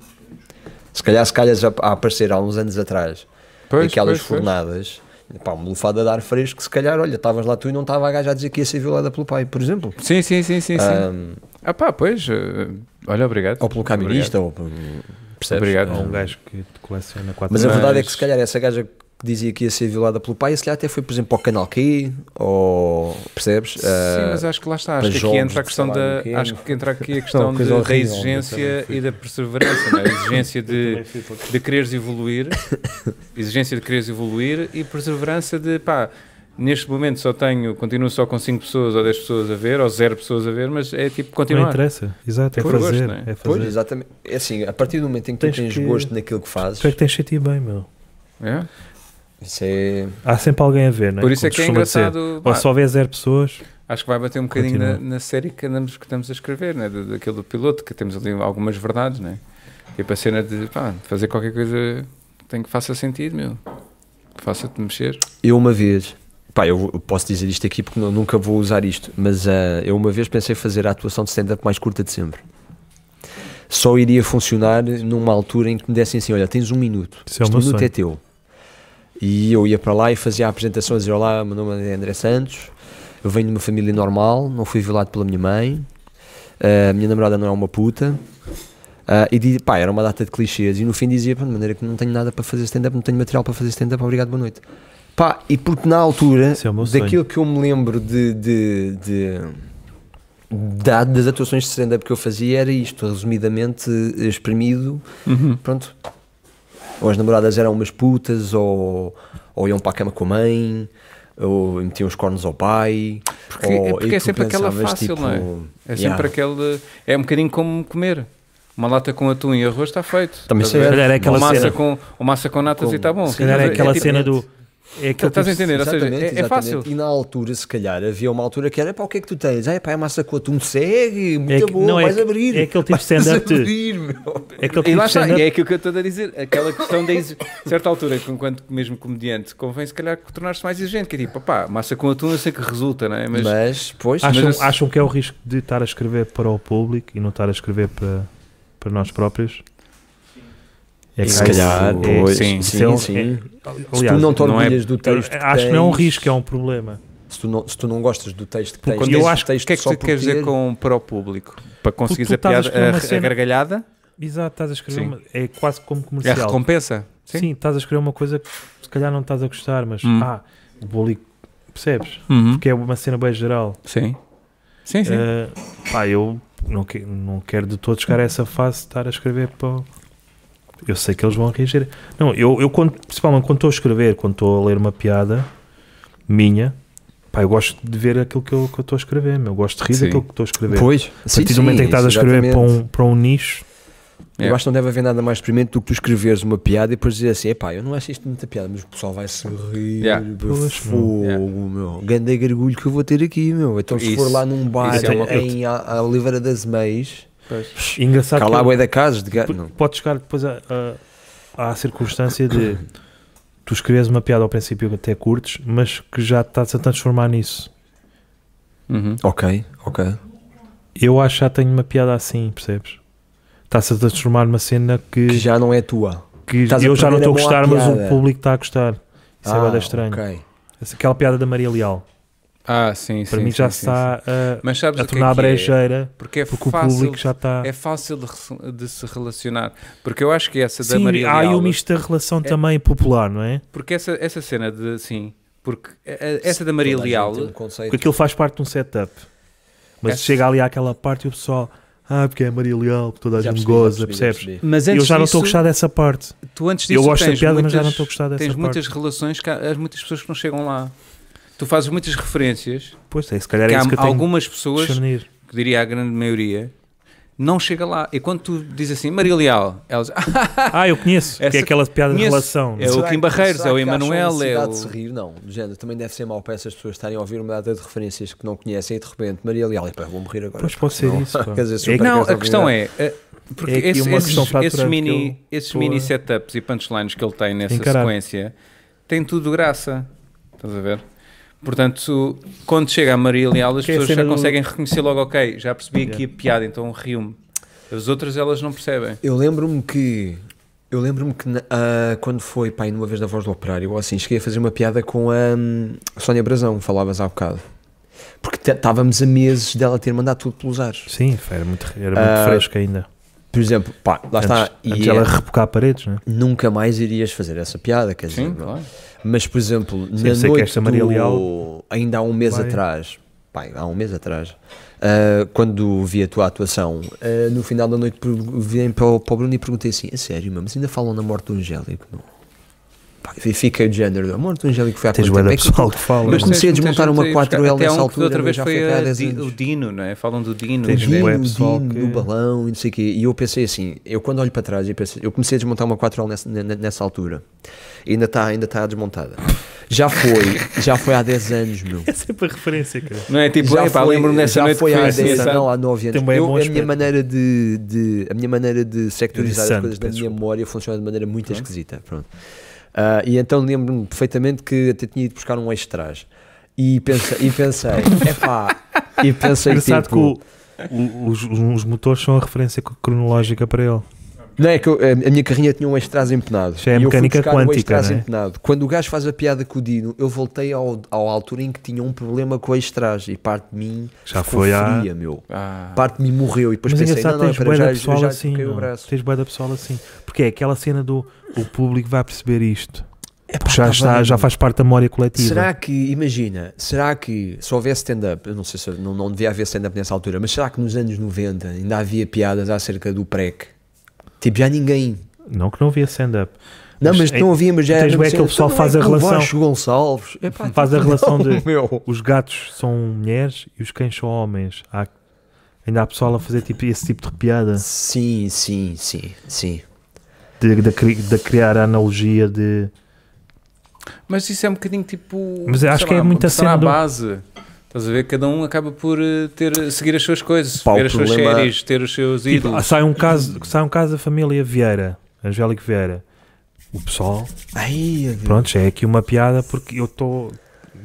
S3: Se calhar, se calhar já a aparecer há uns anos atrás,
S1: Pois,
S3: aquelas
S1: pois, pois.
S3: fornadas, pá, uma lufada de ar fresco, se calhar, olha, estavas lá tu e não estava a gaja a dizer que ia ser violada pelo pai, por exemplo.
S1: Sim, sim, sim, sim. sim.
S3: Ahm,
S1: Ah pá, pois. eh, Olha, obrigado.
S3: Ou pelo caminista, ou por- percebes?
S1: Obrigado.
S2: Há um gajo que coleciona quatro
S3: Mas a
S1: Mas-
S3: verdade é que se calhar essa gaja que dizia que ia ser violada pelo pai, se calhar até foi, por exemplo, ao canal Q, ou percebes? Ah,
S1: Sim, mas é acho que lá está. Acho
S3: eh, para
S1: que aqui
S3: jogos
S1: entra a
S3: de
S1: questão
S3: sei lá
S1: da.
S3: do quê,
S1: Acho
S3: não-
S1: que entra
S3: [laughs]
S1: aqui a questão de,
S3: coisa
S1: da
S3: horrível,
S1: exigência e da perseverança, não é? A exigência de, de quereres
S3: [laughs]
S1: evoluir, exigência de quereres evoluir e perseverança de pá. Neste momento só tenho, continuo só com 5 pessoas ou 10 pessoas a ver, ou 0 pessoas a ver, mas é tipo
S2: Não
S1: continuar.
S2: interessa, exato, é,
S1: Por gosto,
S2: fazer.
S1: não é?
S2: é
S3: Pois,
S2: fazer.
S3: exatamente. É assim, a partir do momento em que tu
S2: Tens
S3: tens
S2: que-
S3: gosto naquilo que fazes,
S2: Tu é que tens de sentir bem, meu.
S1: É?
S3: isso é.
S2: Há sempre alguém a ver, não é?
S1: Por isso é
S2: Como
S1: que é
S2: costuma dizer.
S1: engraçado.
S2: Ou
S1: pá,
S2: só vê zero pessoas,
S1: Acho que vai bater um bocadinho
S2: Continua.
S1: na, na série que andamos, que estamos a escrever, né? da- daquele do piloto, que temos ali algumas verdades, né? tipo a cena de pá, fazer qualquer coisa que tem que faça sentido, meu. Faça-te mexer.
S3: Eu uma vez, pá, eu eu posso dizer isto aqui porque não- nunca vou usar isto, mas ah, eu uma vez pensei fazer a atuação de stand-up mais curta de sempre. Só iria funcionar numa altura em que me dessem assim: olha, tens um minuto.
S2: isso é o
S3: este
S2: meu
S3: minuto é
S2: sonho.
S3: teu. E eu ia para lá e fazia a apresentação, dizia olá, meu nome é André Santos, eu venho de uma família normal, não fui violado pela minha mãe, a minha namorada não é uma puta. Ah, e di- pá, era uma data de clichês e no fim dizia, pá, de maneira que não tenho nada para fazer stand-up, não tenho material para fazer stand-up, obrigado, boa noite. Pá, e porque na altura,
S2: Isso é o meu sonho.
S3: daquilo que eu me lembro de, de- de- da- das atuações de stand-up que eu fazia era isto, resumidamente eh, exprimido,
S1: Uhum.
S3: pronto. Ou as namoradas eram umas putas, ou, ou iam para a cama com a mãe, ou metiam os cornos ao pai.
S1: Porque,
S3: ou-
S1: é,
S3: e
S1: porque é
S3: tu
S1: sempre aquela
S3: pensavas,
S1: fácil,
S3: tipo,
S1: não é? É sempre
S3: yeah.
S1: aquele. É um bocadinho como comer. Uma lata com atum e arroz está feito.
S3: Também
S1: Estás
S3: sei.
S1: a ver?
S2: Se calhar é
S1: Ou
S2: aquela
S1: massa,
S2: cena.
S1: com, ou massa com natas
S3: Com-
S1: e está bom.
S3: se
S2: Se calhar é
S1: Estás a ver?
S2: aquela
S1: tipo-
S2: cena do. É aquele
S1: Estás a
S2: tipo-
S1: entender? Ou seja,
S3: Exatamente,
S1: é, é
S3: exatamente.
S1: fácil.
S3: E na altura, se calhar, havia uma altura que era para o que é que tu tens? Ah, é pá, é massa com atum, segue,
S2: É
S3: muito
S2: que-
S3: bom,
S2: não, é
S3: vais
S2: que-
S3: abrir.
S2: é aquele tipo de
S3: vais
S2: stand-up de-
S3: abrir, meu.
S2: É aquele
S1: E
S2: tipo
S1: lá
S2: de
S1: está,
S2: stand-up.
S1: e é aquilo que eu estou a dizer, aquela questão da exi- a certa altura, que enquanto mesmo comediante, convém se calhar tornar-se mais exigente, que é tipo, pá, massa com atum eu sei que resulta, não é? Mas,
S3: Mas, pois,
S2: Acham,
S1: mas eu-
S2: acham que é o risco de estar a escrever para o público e não estar a escrever para, para nós próprios? É
S3: E se
S2: cá isso-
S3: calhar,
S2: é-
S3: pois,
S1: sim,
S2: isso
S3: sim,
S2: um-
S3: sim. se tu
S2: aliás,
S3: não te
S1: não é-
S3: orgulhas do texto que
S2: acho que não é um
S3: tens,
S2: risco, é um problema.
S3: Se tu não, se tu não gostas do texto que tens,
S1: quando
S3: tens
S2: eu
S3: o
S2: acho-
S1: o
S3: texto
S1: que é que
S3: só
S1: tu
S3: por
S1: queres dizer
S3: ter.
S1: com para o público? Para conseguires
S2: tu
S1: a,
S2: estás a
S1: piada,
S2: escrever
S1: a-
S2: uma
S1: a
S2: cena-
S1: gargalhada?
S2: Exato, estás a escrever
S1: Sim.
S2: uma- é quase como
S1: É a
S2: comercial.
S1: recompensa?
S2: sim. estás a escrever uma coisa que se calhar não estás a gostar, mas
S1: Hum.
S2: ah, o público percebes?
S1: Uhum. Uh,
S2: Que é uma cena bem geral.
S1: Sim. Sim, sim.
S2: Eh, pá, eu não, que- não quero de todo chegar a essa fase de estar a escrever para. o- Eu sei que eles vão reagir. Não, eu, eu quando, principalmente quando estou a escrever, quando estou a ler uma piada minha, pá, eu gosto de ver aquilo que eu que eu estou a escrever, meu. Eu gosto de rir
S1: Sim.
S2: daquilo que estou a escrever.
S3: Pois,
S2: a partir do momento em que estás a escrever para um, para um nicho,
S1: É.
S3: Eu acho que não deve haver nada mais experimento do que tu escreveres uma piada e depois dizer assim: epá, eu não acho isto muita piada, mas o pessoal vai se rir.
S1: Yeah.
S3: meu,
S2: Pois, Hum.
S3: fogo,
S1: yeah.
S3: meu. Grande gargulho que eu vou ter aqui, meu. Então, se
S1: Isso.
S3: for lá num bar
S1: Isso é uma coisa.
S3: em a, a Oliveira das Meis,
S1: Pois.
S2: e engraçado que
S3: cá lá
S2: eu-
S3: bué da casa de
S2: P-
S3: gato. Não.
S2: Pode chegar depois a- a- à circunstância
S3: [coughs]
S2: de tu escreves uma piada ao princípio que até curtes, mas que já estás a transformar nisso.
S1: Uhum.
S3: Ok, ok.
S2: Eu acho que já tenho uma piada assim, percebes? está-se a transformar numa cena que,
S3: que já não é tua.
S2: que
S3: estás a
S2: eu já não
S3: perder
S2: estou a
S3: a boa
S2: gostar, mas o
S3: piada.
S2: público está a gostar. Isso é bué da estranho.
S3: Ah, ok.
S2: Aquela piada da Maria Leal,
S1: Ah, sim,
S2: para
S1: sim,
S2: mim já
S1: sim,
S2: se está a-
S1: Mas sabes
S2: a
S1: o que
S2: tornar
S1: é que é?
S2: brejeira,
S1: Porque é
S2: porque
S1: fácil,
S2: o público já está...
S1: é fácil de, re- de se relacionar. Porque eu acho que essa da
S2: Sim,
S1: Maria
S2: há aí
S1: Leal, é
S2: um misto da relação também popular, não é?
S1: porque essa, essa cena de, sim, porque eh, eh, essa da Maria
S3: Toda a gente
S1: Leal,
S3: tem um conceito.
S2: Porque aquilo faz parte de um setup. Mas
S1: Essa-
S2: chega ali àquela parte e o pessoal, ah, porque é Maria Leal, porque toda a
S3: Já
S2: gente
S3: percebi,
S2: goza,
S3: já percebi, já
S2: percebes?
S3: percebi.
S1: mas
S2: Eu
S1: antes
S2: já não estou a
S1: disso-
S2: gostar dessa parte.
S1: Tu antes disso
S2: Eu gosto da
S1: tens
S2: piada, mas
S1: muitas,
S2: já não estou a gostar dessa
S1: tens
S2: parte.
S1: muitas relações que há, há muitas pessoas que não chegam lá. Tu fazes muitas referências
S2: Pois é, se calhar
S1: que
S2: é
S1: há
S2: isso que eu tenho
S1: algumas
S2: de
S1: pessoas,
S2: discernir.
S1: que diria a grande maioria, não chega lá. E quando tu dizes assim, Maria Leal, elas,
S2: Ah, eu conheço, que é
S1: Essa-
S2: aquela piada de
S1: conheço.
S2: relação.
S1: É o
S3: Será
S1: Kim
S3: que-
S1: Barreiros,
S3: será
S1: é o
S3: que acham
S1: Emanuel,
S3: necessidade
S1: é o-
S3: de se rir, não. Do género, também deve ser mau para essas pessoas estarem a ouvir uma data de referências que não conhecem e de repente Maria Leal, e pá, vou morrer agora.
S2: Pois pode ser
S3: Não.
S2: isso. pá.
S3: Quer dizer,
S2: É
S3: super
S2: que-
S1: Não, a
S3: essa
S1: questão é. eh,
S2: É
S1: Porque
S2: aqui
S1: esses,
S2: uma questão
S1: esses,
S2: fraturante
S1: esses
S2: que
S1: mini,
S2: eu
S1: esses
S2: tô a-
S1: mini setups e punchlines que ele tem nessa
S2: Encarar.
S1: sequência têm tudo graça. Estás a ver? Portanto, quando chega a Maria Leal, as
S2: Que é a
S1: pessoas
S2: cena
S1: já
S2: do-
S1: conseguem reconhecer logo, ok, já percebi aqui a piada, então rio-me. As outras elas não percebem.
S3: Eu lembro-me que. Eu lembro-me que na- ah, quando foi, pá, numa vez da voz do operário, ou assim, cheguei a fazer uma piada com a hum, Sónia Brazão, falavas há bocado. Porque te- estávamos a meses dela ter mandado tudo pelos ares.
S2: Sim, foi, era muito, era muito
S3: Ah,
S2: fresco ainda.
S3: Por exemplo, pá, lá está.
S2: antes,
S3: e
S2: antes
S3: é-
S2: ela repocar paredes, né?
S3: nunca mais irias fazer essa piada, quer dizer.
S1: Sim,
S3: não- é?
S1: claro.
S3: Mas, por exemplo,
S2: Sim, eu
S3: na
S2: sei que
S3: noite
S2: esta Maria
S3: do-
S2: Leal
S3: ainda há um mês
S2: vai-
S3: atrás, pá, há um mês atrás, ah, quando vi a tua atuação, ah, no final da noite pergu- vim para o, para o Bruno e perguntei assim, a sério, meu, mas ainda falam na morte do Angélico, não? Pá, e fiquei o género, a morte do Angélico foi há
S2: Tens
S3: quanto
S2: bué
S3: tempo?
S2: da
S3: É que
S2: pessoal que fala.
S3: Mas
S2: não é?
S3: comecei a
S1: tens-
S3: desmontar
S1: tens
S3: uma
S1: muitos
S3: 4L
S1: aí buscar. Até
S3: nessa
S1: há um que da outra
S3: altura,
S1: vez
S3: já
S1: foi
S3: foi há
S1: a
S3: 10
S1: Di-
S3: anos.
S1: o Dino, não é? Falam do Dino.
S2: Tens
S1: os
S3: Dino,
S2: bué
S1: netos.
S2: de pessoal
S3: Dino,
S2: que-
S3: do balão e não sei o quê. E eu pensei assim, eu quando olho para trás, e pensei, eu comecei a desmontar uma 4L nessa, ne- ne- nessa altura. E ainda está ainda tá desmontada. Já foi, já foi há 10 anos, meu.
S2: É sempre a referência, cara.
S1: Não é? Tipo,
S3: já
S1: epá,
S3: foi,
S1: lembro-me dessa
S3: já
S1: noite
S3: foi
S1: que
S3: há
S1: assim,
S3: 10 anos,
S1: sabe?
S3: não, há 9 anos.
S2: Também é
S3: Eu-
S2: bom
S3: a, minha
S2: aspecto.
S3: maneira de, de- a minha maneira de sectorizar
S2: Santo,
S3: as coisas da
S2: peço
S3: minha
S2: desculpa.
S3: memória funciona de maneira muito esquisita. Pronto. Ah, e então lembro-me perfeitamente que até tinha ido buscar um eixo de trás. E pensei, e
S2: [laughs]
S3: pensei, epá, e pensei
S2: Engraçado
S3: tipo,
S2: que o- o- os, os motores são a referência cro- cronológica para ele.
S3: Não é que eu- a minha carrinha tinha um extras empenado.
S2: Isso é
S3: E eu fui
S2: mecânica
S3: buscar
S2: quântica,
S3: O extras
S2: não é?
S3: empenado. Quando o gajo faz a piada com o Dino, eu voltei ao, ao altura em que tinha um problema com o extras e parte de mim
S2: Já
S3: ficou
S2: foi há-
S3: fria, meu.
S1: Ah,
S3: Parte de mim morreu e depois
S2: mas é
S3: pensei, não,
S2: engraçado,
S3: não,
S2: tens
S3: espera,
S2: bué da
S3: já, eu
S2: pessoal
S3: já
S2: assim.
S3: toquei o
S2: não?
S3: braço.
S2: Tens bué da pessoal assim. Porque é aquela cena do o público vai perceber isto.
S3: Epá,
S2: Porque já,
S3: tá
S2: está,
S3: bem.
S2: já faz parte da memória coletiva.
S3: Será que, imagina, será que se houvesse stand-up, eu não sei se não, não devia haver stand-up nessa altura, mas será que nos anos 90 ainda havia piadas acerca do PREC? Tipo, já ninguém
S2: Não que não havia stand-up.
S3: Não, mas,
S2: é-
S3: não havia, mas já
S2: tens
S3: era
S2: bué
S3: mesmo
S2: aquele
S3: cena.
S2: pessoal que
S3: Então
S2: faz
S3: não
S2: a
S3: é que o
S2: relação.
S3: Vasco Gonçalves. Epá,
S2: Faz a
S3: Ah, não,
S2: relação [laughs]
S3: [laughs]
S2: de-
S3: Meu.
S2: Os gatos são mulheres e os cães são homens. Há- ainda há pessoal a fazer tipo, esse tipo de piada.
S3: Sim, sim, sim, sim.
S2: De, de cri- de criar a analogia de.
S1: Mas isso é um bocadinho tipo.
S2: Mas eu acho
S1: sei
S2: que é
S1: lá,
S2: muita
S1: começar
S2: cena
S1: à
S2: do-
S1: base. Estás a ver? Cada um acaba por eh, ter, seguir as suas coisas,
S3: Pá, o
S1: ver as suas
S3: problema-
S1: séries, ter os seus
S2: Tipo,
S1: ídolos.
S2: sai, um caso, sai um caso da família Vieira, Angélico Vieira. O pessoal
S3: Ai, meu.
S2: Pronto, já é aqui uma piada porque eu estou.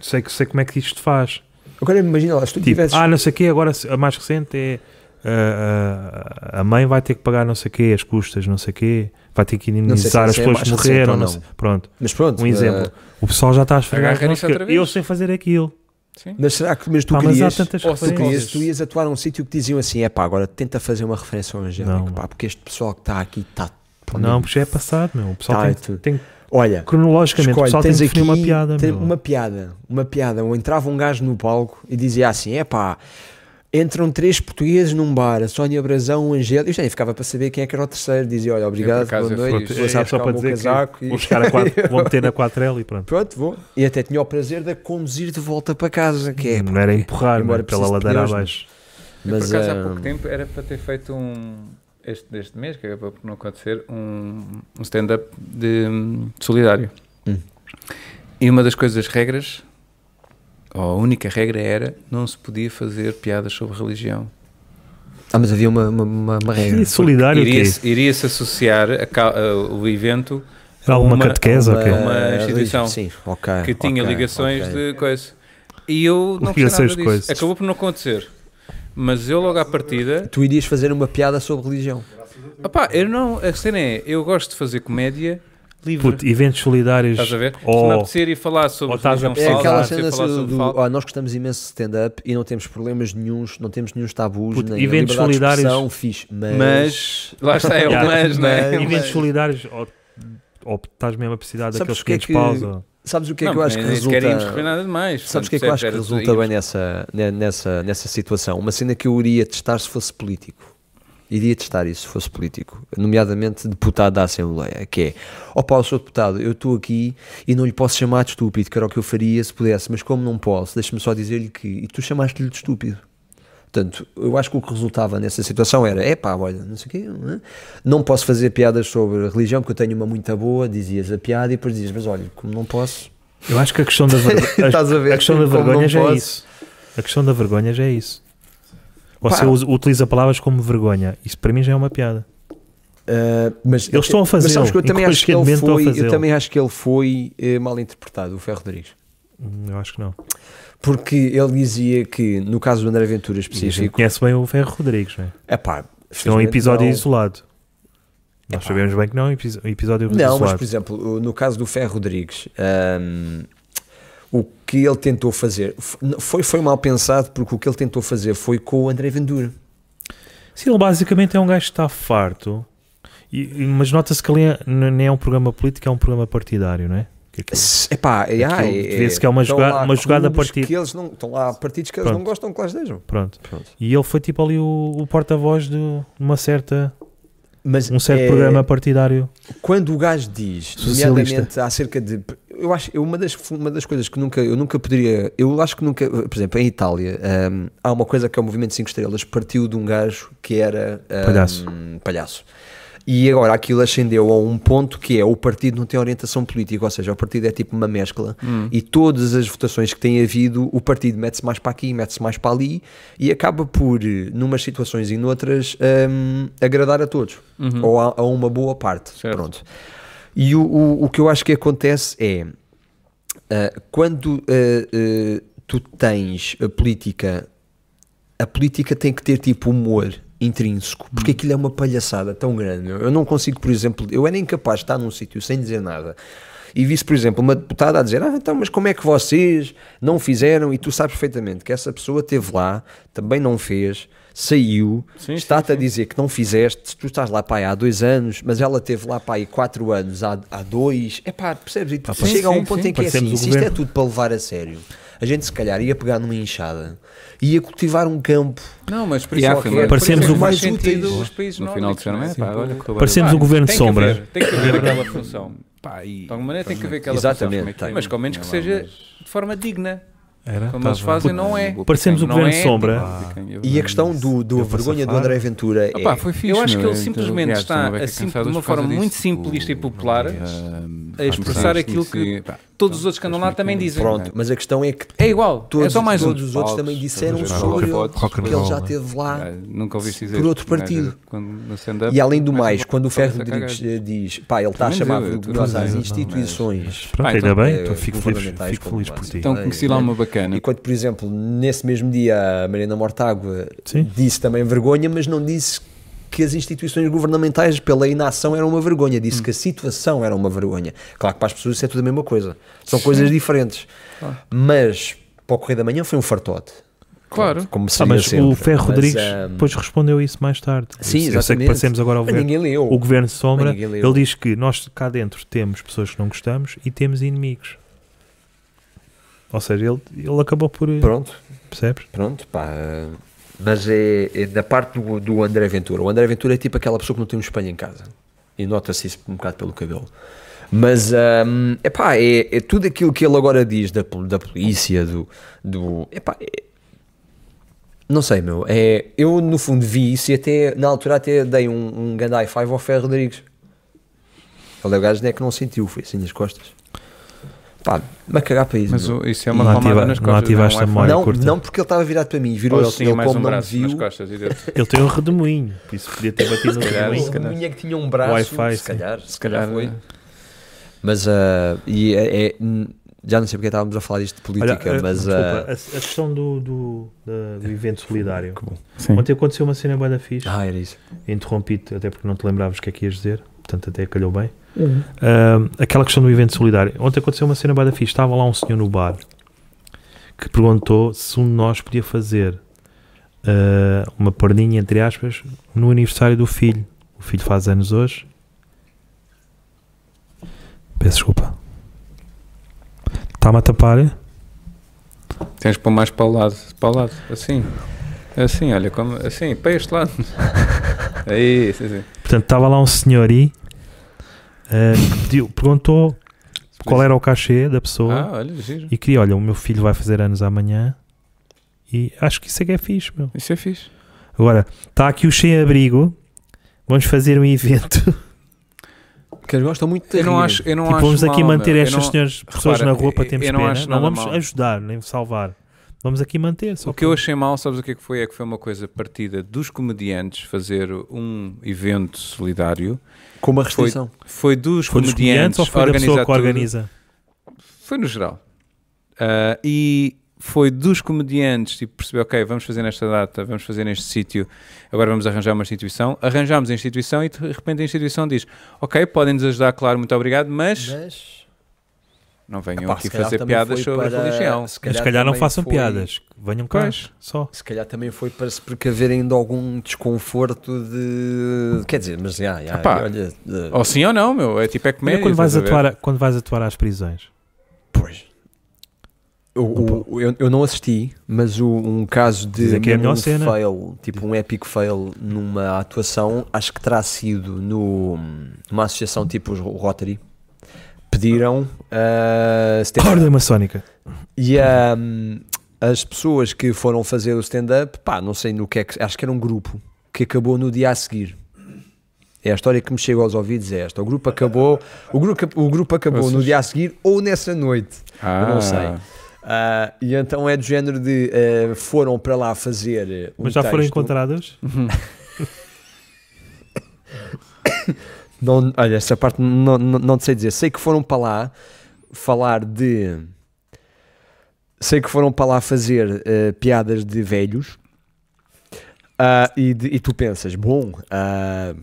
S2: Sei, que- sei como é que isto faz.
S3: Agora imagina lá, se tu
S2: Tipo,
S3: tivesses.
S2: ah, não sei o quê, agora se- a mais recente é. ah, ah, a mãe vai ter que pagar não sei o quê, as custas, não sei o quê, vai ter que
S3: Não sei se
S2: indemnizar as
S3: essa é
S2: pessoas
S3: a
S2: que
S3: mais recente
S2: morreram.
S3: ou
S2: não
S3: não.
S2: sei- Pronto,
S3: mas pronto.
S2: um
S3: eh,
S2: exemplo. O pessoal já está a esfregar.
S1: Agarra
S2: não
S1: nisso
S2: sei o
S1: outra
S2: quê.
S1: vez.
S2: Eu sei fazer aquilo.
S1: Sim.
S3: Mas será que mas tu
S2: Pá, mas há
S3: querias.
S2: tantas
S1: Ou se
S3: Tu, querias,
S2: referências.
S1: Coisas.
S3: tu ias atuar a um sítio que diziam assim: é pá, agora tenta fazer uma referência ao Angélico,
S2: Não.
S3: pá, porque este pessoal que está aqui tá- está.
S2: Não, porque já é passado, meu. O pessoal
S3: Tá,
S2: tem-
S3: tu-
S2: tem,
S3: Olha,
S2: cronologicamente, o
S3: escolhe,
S2: pessoal tem
S3: tens
S2: que definir
S3: aqui
S2: uma piada.
S3: tem
S2: meu.
S3: uma piada, uma piada, ou entrava um gajo no palco e dizia assim: é pá, entram três portugueses num bar, a Sónia Brazão, o Angélico. Eu já nem ficava para saber quem é que era o terceiro. Dizia: olha, obrigado,
S1: acaso,
S3: boa
S1: eu
S3: noite,
S1: fui-
S3: vou
S2: é,
S3: sabe,
S2: só
S3: buscar
S2: para
S3: o meu
S2: dizer
S3: um casaco.
S2: que
S3: e-
S2: vou, buscar
S3: [laughs]
S2: a quatro, vou meter na 4L e pronto.
S3: Pronto, vou. E até tinha o prazer de a conduzir de volta para casa, que é.
S2: não era empurrar,
S3: embora
S2: meu, pela
S3: precise de
S2: ladeira
S3: pneus,
S2: abaixo.
S1: Eu,
S3: Mas,
S1: por acaso,
S2: eh,
S3: ah,
S1: há pouco tempo era para ter feito um. Este, deste mês, que acabou por não acontecer, um, um stand-up de hum, solidário.
S3: Hum.
S1: E uma das coisas, das regras, ou a única regra era não se podia fazer piadas sobre religião.
S3: Ah, mas havia uma, uma, uma, uma regra.
S2: E solidário o quê?
S1: Iria-se iria-se associar a ca- a- o evento
S2: Era alguma
S1: uma-
S2: catequese ou quê?
S1: uma- instituição
S3: Ah, Sim, ok.
S1: que tinha
S3: ok,
S1: ligações
S3: ok.
S1: de coisa. E eu não percebi
S2: Ligações
S1: nada
S2: de
S1: disso.
S2: coisas.
S1: Acabou por não acontecer. Mas eu logo à partida,
S3: Tu irias fazer uma piada sobre religião.
S1: Opá, eu não. A cena é, eu gosto de fazer comédia livre.
S2: Puto, eventos solidários.
S1: Estás a ver? é Se me
S2: Ou,
S1: apetecer ir falar sobre
S2: ou estás a
S1: religião
S3: É
S2: Falta,
S3: aquela
S1: falsa,
S3: cena
S1: tipo, falar
S3: do,
S1: sobre
S3: do
S1: falta.
S3: "Ah, nós gostamos imenso de stand-up e não temos problemas nenhuns, não temos nenhum tabus,
S2: Puto,
S3: nem
S2: eventos
S3: liberdade
S2: solidários.
S3: de expressão, fixe, mas,
S1: Mas, lá está, é o
S2: Yeah.
S1: mas, não é?
S3: Mas-
S2: eventos solidários. Ou, ou estás mesmo a precisar
S3: Sabes
S2: daqueles
S3: o que é
S2: 500
S3: que-
S2: paus. ou-
S3: sabes o que é
S1: Não,
S3: que eu acho que
S1: nem sequer íamos receber
S3: resulta?
S1: nada de mais.
S3: Sabes o que é que eu acho que resulta bem nessa, ne- nessa, nessa situação? Uma cena que eu iria testar se fosse político. Iria testar isso se fosse político, nomeadamente deputado da Assembleia, que é ó Paulo, sou deputado, eu estou aqui e não lhe posso chamar de estúpido, que era o que eu faria se pudesse, mas como não posso, deixa-me só dizer-lhe que e tu chamaste-lhe de estúpido. Portanto, eu acho que o que resultava nessa situação era: é pá, olha, não sei o quê, não, é? não posso fazer piadas sobre a religião, porque eu tenho uma muito boa, dizias a piada e depois dizias, mas olha, como não posso.
S2: Eu acho que a questão
S3: [laughs]
S2: da vergonha.
S3: Estás a ver?
S2: a questão da
S3: Como não
S2: vergonha já é
S3: posso.
S2: isso. A questão da vergonha já é isso. Você
S3: Pá.
S2: usa- utiliza palavras como vergonha. Isso para mim já é uma piada.
S3: Ah, mas
S2: Eles estão a
S3: Mas
S2: fazê-lo.
S3: sabes que eu também acho que ele
S2: Inconscientemente estão a
S3: foi, eu
S2: fazê-lo.
S3: também acho que ele foi eh, mal interpretado, o Ferro Rodrigues.
S2: Hum, Eu acho que não.
S3: Porque ele dizia que, no caso do André Ventura
S2: E a gente
S3: específico,
S2: conhece bem o Ferro Rodrigues, não é?
S3: é pá,
S2: Isto é um episódio
S3: não,
S2: isolado. Nós
S3: Epá.
S2: sabemos bem que não é um episo- episódio
S3: Não,
S2: isolado.
S3: mas por exemplo, o- no caso do Ferro Rodrigues, ahm, o que ele tentou fazer f- n- foi, foi mal pensado, porque o que ele tentou fazer foi com o André Ventura.
S2: Sim, ele basicamente é um gajo que está farto, e- e- mas nota-se que ali é- n- nem é um programa político, é um programa partidário, não é? Que é que-
S3: É pá, é,
S2: Aquilo
S3: ah, é,
S2: vê-se que é uma
S3: estão
S2: joga-
S3: lá
S2: uma jogada
S3: clubes
S2: partid-
S3: que eles não Estão lá partidos que eles
S2: Pronto.
S3: não gostam que lá estejam.
S2: Pronto. E ele foi tipo ali o, o porta-voz de uma certa,
S3: Mas
S2: um certo
S3: é-
S2: programa partidário.
S3: quando o gajo diz,
S2: Socialista.
S3: nomeadamente acerca de. Eu acho eu- uma das, uma das coisas que nunca, eu nunca poderia. Eu acho que nunca. Por exemplo, em Itália, hum, há uma coisa que é o Movimento 5 Estrelas, partiu de um gajo que era. hum,
S2: Palhaço.
S3: palhaço. E agora aquilo ascendeu a um ponto que é o partido não tem orientação política, ou seja, o partido é tipo uma mescla e todas as votações que tem havido, o partido mete-se mais para aqui, mete-se mais para ali e acaba por, eh, numas situações e noutras, hum, agradar a todos ou a, a uma boa parte.
S1: Certo.
S3: Pronto. E o, o, o que eu acho que acontece é ah, quando ah, ah, tu tens a política, a política tem que ter tipo humor intrínseco,
S1: Hum.
S3: porque aquilo é uma palhaçada tão grande. meu. Eu não consigo, por exemplo, eu era incapaz de estar num sítio sem dizer nada. E visse, por exemplo, uma deputada a dizer: Ah, então, mas como é que vocês não fizeram? E tu sabes perfeitamente que essa pessoa esteve lá, também não fez, saiu,
S1: Sim,
S3: está-te a dizer que não fizeste, tu estás lá pai há dois anos, mas ela esteve lá pai quatro anos, há, há dois, é pá, percebes? E tu
S1: pois.
S3: chega a
S1: Sim,
S3: um ponto
S1: sim,
S3: em que é
S2: parecemos
S3: assim,
S2: o
S3: se isto é
S2: governo.
S3: tudo para levar a sério, a gente se calhar ia pegar numa enxada, ia cultivar um campo.
S1: Não, mas por
S3: E
S1: isso
S3: há
S1: é que
S3: filmes-
S1: por isso é
S2: Parecemos
S1: que
S2: o-
S1: faz
S3: mais úteis.
S1: sentido os países
S4: No final disseram,
S1: nórdicos,
S4: é
S1: não
S4: pá, olha, correu bem.
S2: Parecemos o governo
S1: tem que
S2: sombra.
S1: haver, tem que haver aquela função.
S4: Pá, e-
S1: De alguma maneira tem que haver aquela
S3: Exatamente,
S1: função.
S3: tem.
S1: Mas com menos que
S4: Não,
S1: seja
S4: mas-
S1: de forma digna.
S2: Era?
S1: Como
S2: Tá
S1: eles
S2: bem.
S1: fazem, não é.
S2: Parecemos o
S1: Não
S2: governo
S1: é
S2: sombra.
S1: ético.
S4: Hum,
S3: E a questão do, do
S2: deu
S3: a
S2: para
S3: vergonha do
S2: safar.
S3: André Ventura é,
S4: Opá, foi fixe,
S1: eu acho
S4: meu,
S1: que ele
S4: então,
S1: simplesmente
S4: aliás,
S1: está
S4: também
S1: a
S4: vai ficar
S1: sim-
S4: cansado
S1: de uma
S4: por causa
S1: forma muito
S4: disso.
S1: simples e
S4: O-
S1: popular,
S4: eh,
S1: a expressar aquilo que
S4: pá,
S1: todos os outros que andam lá também dizem.
S3: pronto, mas a questão é que
S1: né? É igual, é
S3: todos,
S1: só mais um.
S3: todos os outros
S4: Palcos,
S3: também disseram
S4: todos
S2: os
S3: sobre ele,
S4: rock'n'rolls,
S3: porque ele já
S2: rock'n'roll,
S3: esteve lá.
S4: Ah, Nunca ouviste dizer
S3: Por outro
S1: Um gajo,
S4: é
S3: partido.
S1: Quando, no stand-up,
S3: E além do
S1: começa
S3: mais,
S1: a-
S3: quando o Ferro
S1: começa a
S3: Rodrigues
S1: cagar.
S3: eh, diz, pá, ele está a
S4: Menos
S3: chamar
S4: eu, eu
S3: vergonhoso
S4: também
S3: às
S4: não,
S3: instituições.
S2: Pronto,
S1: Ah,
S2: ainda
S1: então,
S2: bem,
S3: eh,
S2: então fico feliz,
S3: governamentais
S2: fico feliz por
S3: como
S2: ti.
S1: é um
S4: Então conheci lá uma bacana.
S3: Enquanto, por exemplo, nesse mesmo dia a Mariana Mortágua
S2: Sim.
S3: disse também vergonha, mas não disse que as instituições governamentais, pela inação, eram uma vergonha. Disse que a situação era uma vergonha. Claro que para as pessoas isso é tudo a mesma coisa. São coisas diferentes. Mas para o Correio da Manhã foi um fartote.
S1: Claro.
S3: Como
S2: Ah,
S3: seria
S2: mas
S3: sempre.
S2: o Ferro
S3: Mas,
S2: Rodrigues
S3: ah,
S2: depois respondeu isso mais tarde.
S3: Sim,
S2: Eu sei que
S3: exatamente.
S2: parecemos agora ao
S3: mas
S2: governo,
S3: ninguém leu.
S2: o governo sombra.
S3: Mas ninguém leu.
S2: Ele diz que nós cá dentro temos pessoas que não gostamos e temos inimigos. Ou seja, ele, ele acabou por.
S3: Pronto.
S2: Percebes?
S3: Pronto, pá. Mas é, é da parte do, do André Ventura. O André Ventura é tipo aquela pessoa que não tem um espelho em casa. E nota-se isso um bocado pelo cabelo. Mas hum, epá, é, é tudo aquilo que ele agora diz da, pol- da polícia, do. do epá, é- não sei, meu. É, eu no fundo vi isso e até na altura até dei um, um grande high five ao Ferro Rodrigues. Ele é o gajo né, que não sentiu, foi assim nas costas. Pá, uma cagar para isso.
S1: Mas
S3: meu.
S1: o- isso é uma
S2: Não
S1: palmada
S2: ativa-
S1: nas
S2: não
S1: costas. é
S2: ativaste
S1: um
S2: a
S1: iPhone.
S2: memória.
S3: não,
S2: curta.
S3: não porque ele estava virado para mim,
S1: Ou
S3: virou-se,
S1: ele
S3: ele
S1: tinha mais
S3: como
S1: um
S3: não me
S1: braço nas
S3: viu,
S1: costas. e deu-
S2: Ele tem um redemoinho. Por isso podia ter
S3: [laughs]
S2: batido no
S1: calhar,
S2: redemoinho.
S1: se
S3: Ou
S1: calhar. é.
S3: tinha que tinha um braço,
S2: Wi-Fi,
S3: se
S2: sim.
S3: calhar, se
S1: calhar
S3: calhar foi. Mas ah, e é, é- n- Já não sei porque estávamos a falar disto de política,
S2: Olha, eh,
S3: mas.
S2: desculpa,
S3: ah,
S2: a, a questão do, do, da- do evento solidário.
S3: que bom.
S1: Sim.
S2: Ontem aconteceu uma cena bem da fixe.
S3: Ah, era isso.
S2: Interrompi-te, até porque não te lembravas o que é que ias dizer. Portanto, até calhou bem. Ahm, aquela questão do evento solidário. Ontem aconteceu uma cena bem da fixe. Estava lá um senhor no bar que perguntou se um de nós podia fazer ah, uma perninha, entre aspas, no aniversário do filho. O filho faz anos hoje. Peço desculpa. Está-me a tapar? hein?
S1: Tens que pôr mais para o lado, para o lado, assim. Assim, olha, como, assim, para este
S2: [laughs]
S1: lado. É Aí, sim, sim.
S2: Portanto, estava lá um senhor aí eh, que pediu- perguntou qual era o cachê da pessoa
S1: Ah, olha, giro.
S2: e queria, olha, o meu filho vai fazer anos amanhã e acho que isso é que é fixe, meu.
S1: Isso é fixe.
S2: Agora, está aqui o sem-abrigo, vamos fazer um evento
S3: Porque eles gostam muito de
S1: Eu não
S3: rir.
S1: acho, eu [laughs] não
S2: e
S1: acho
S2: Tipo, vamos aqui
S1: mal,
S2: manter
S1: meu. Eu
S2: estas
S1: não-
S2: senhoras, pessoas
S1: repara,
S2: na rua para
S1: eu-
S2: termos
S1: eu não
S2: pena,
S1: acho nada
S2: não vamos
S1: mal.
S2: ajudar, nem salvar. Vamos aqui manter, só
S1: O que eu achei mal, sabes o que é que foi? É que foi uma coisa partida dos comediantes fazer um evento solidário.
S3: Com uma
S1: Foi-
S3: restrição.
S1: Foi dos
S2: foi dos
S1: comediantes
S2: clientes ou foi da pessoa
S1: organizar
S2: que
S1: tudo.
S2: organiza?
S1: Foi no geral. Ah, e foi dos comediantes, tipo, perceber, ok, vamos fazer nesta data, vamos fazer neste sítio, agora vamos arranjar uma instituição. Arranjámos a instituição e de repente a instituição diz, ok, podem-nos ajudar, claro, muito obrigado, mas
S3: Mas.
S1: não venham
S3: Epá,
S1: aqui
S3: se calhar
S1: fazer
S3: também
S1: piadas
S3: foi
S1: sobre
S3: para-
S1: a religião.
S2: Mas se calhar não
S3: também
S2: façam
S3: foi-
S2: piadas, venham cá,
S1: Pois.
S2: só.
S3: Se calhar também foi para se precaverem de algum desconforto de. Quer dizer, mas já, já.
S1: Epá.
S3: olha, eh,
S1: Ou sim ou não, meu, é tipo, é
S2: Olha
S1: comédia.
S2: quando vais,
S1: estás a ver?
S2: atuar, a- quando vais atuar às prisões.
S3: Pois. Eu, o- eu, eu não assisti, mas o- um caso de
S2: Dizem que é a melhor
S3: um
S2: cena.
S3: fail, tipo um epic fail numa atuação, acho que terá sido no, numa associação tipo os Rotary. Pediram ah, stand-up.
S2: Ordem maçónica.
S3: e ah, as pessoas que foram fazer o stand-up, pá, não sei no que é que. Acho que era um grupo que acabou no dia a seguir. É a história que me chega aos ouvidos, é esta. O grupo acabou, o grupo, o grupo acabou no dia a seguir ou nessa noite.
S1: Ah,
S3: Eu não sei. Ah, e então é do género de ah, foram para lá fazer um
S2: Mas
S1: tá
S2: já foram
S3: texto.
S2: encontradas?
S3: Não, olha, essa parte não, não, não te sei dizer. Sei que foram para lá falar de. Sei que foram para lá fazer ah, piadas de velhos. Ah, e, de- e tu pensas, bom, ah,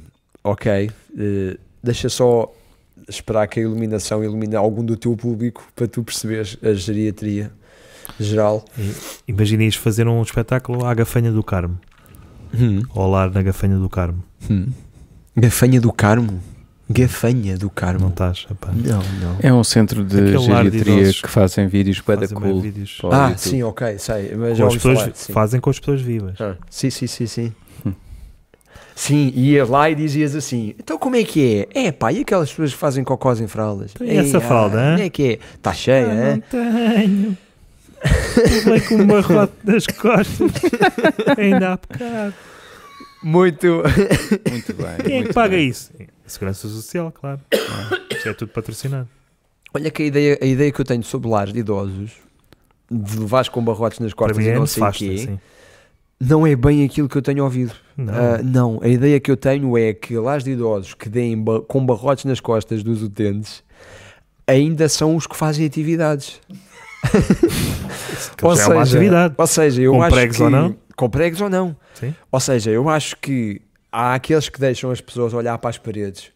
S3: ok, eh, deixa só esperar que a iluminação ilumine algum do teu público para tu perceberes a geriatria geral.
S2: Imagina ias fazer um espetáculo à Gafanha do Carmo. Ou lá na Gafanha do Carmo.
S3: Hum. Gafanha do Carmo? Gafanha do
S2: Não
S3: Carmo?
S2: estás? Epá.
S3: Não, não.
S1: É um centro de
S2: Aquele lar de
S1: geriatria
S2: idosos.
S1: que fazem vídeos bué da
S2: Fazem bem
S1: cool.
S2: vídeos.
S1: para o
S3: Ah,
S1: YouTube.
S3: sim, ok, sei. Mas já
S2: Com as
S3: ouvi
S2: pessoas,
S3: falar. Sim.
S2: fazem com as pessoas vivas.
S3: Ah, sim, sim, sim, sim.
S1: Hum.
S3: Sim, ias lá e dizias assim: então como é que é? É pá, e aquelas pessoas que fazem cocós em fraldas?
S2: Tem essa
S3: ah,
S2: fralda, hã?
S3: Como é que é? Está cheia,
S2: Ah,
S3: hã?
S2: não tenho. Levei com um barrote nas costas.
S3: [laughs]
S2: Ainda há bocado.
S3: Muito. [laughs]
S1: Muito bem.
S2: Quem é que
S1: muito
S2: paga
S1: bem.
S2: isso? A Segurança Social,
S3: [coughs]
S2: claro. Isto é tudo patrocinado.
S3: Olha que a ideia, a ideia que eu tenho sobre lares de idosos, de levares com barrotes nas
S2: Para
S3: costas
S2: mim
S3: e
S2: é
S3: não sei o
S2: nefasta.
S3: quê,
S2: Sim.
S3: não é bem aquilo que eu tenho ouvido.
S2: Não.
S3: Ah, não, a ideia que eu tenho é que lares de idosos que deem ba- com barrotes nas costas dos utentes ainda são os que fazem atividades.
S2: já é uma atividade.
S3: ou seja, eu
S2: Com
S3: acho
S2: pregos
S3: que,
S2: ou não?
S3: Com pregos ou não.
S2: Sim.
S3: Ou seja, eu acho que há aqueles que deixam as pessoas olhar para as paredes.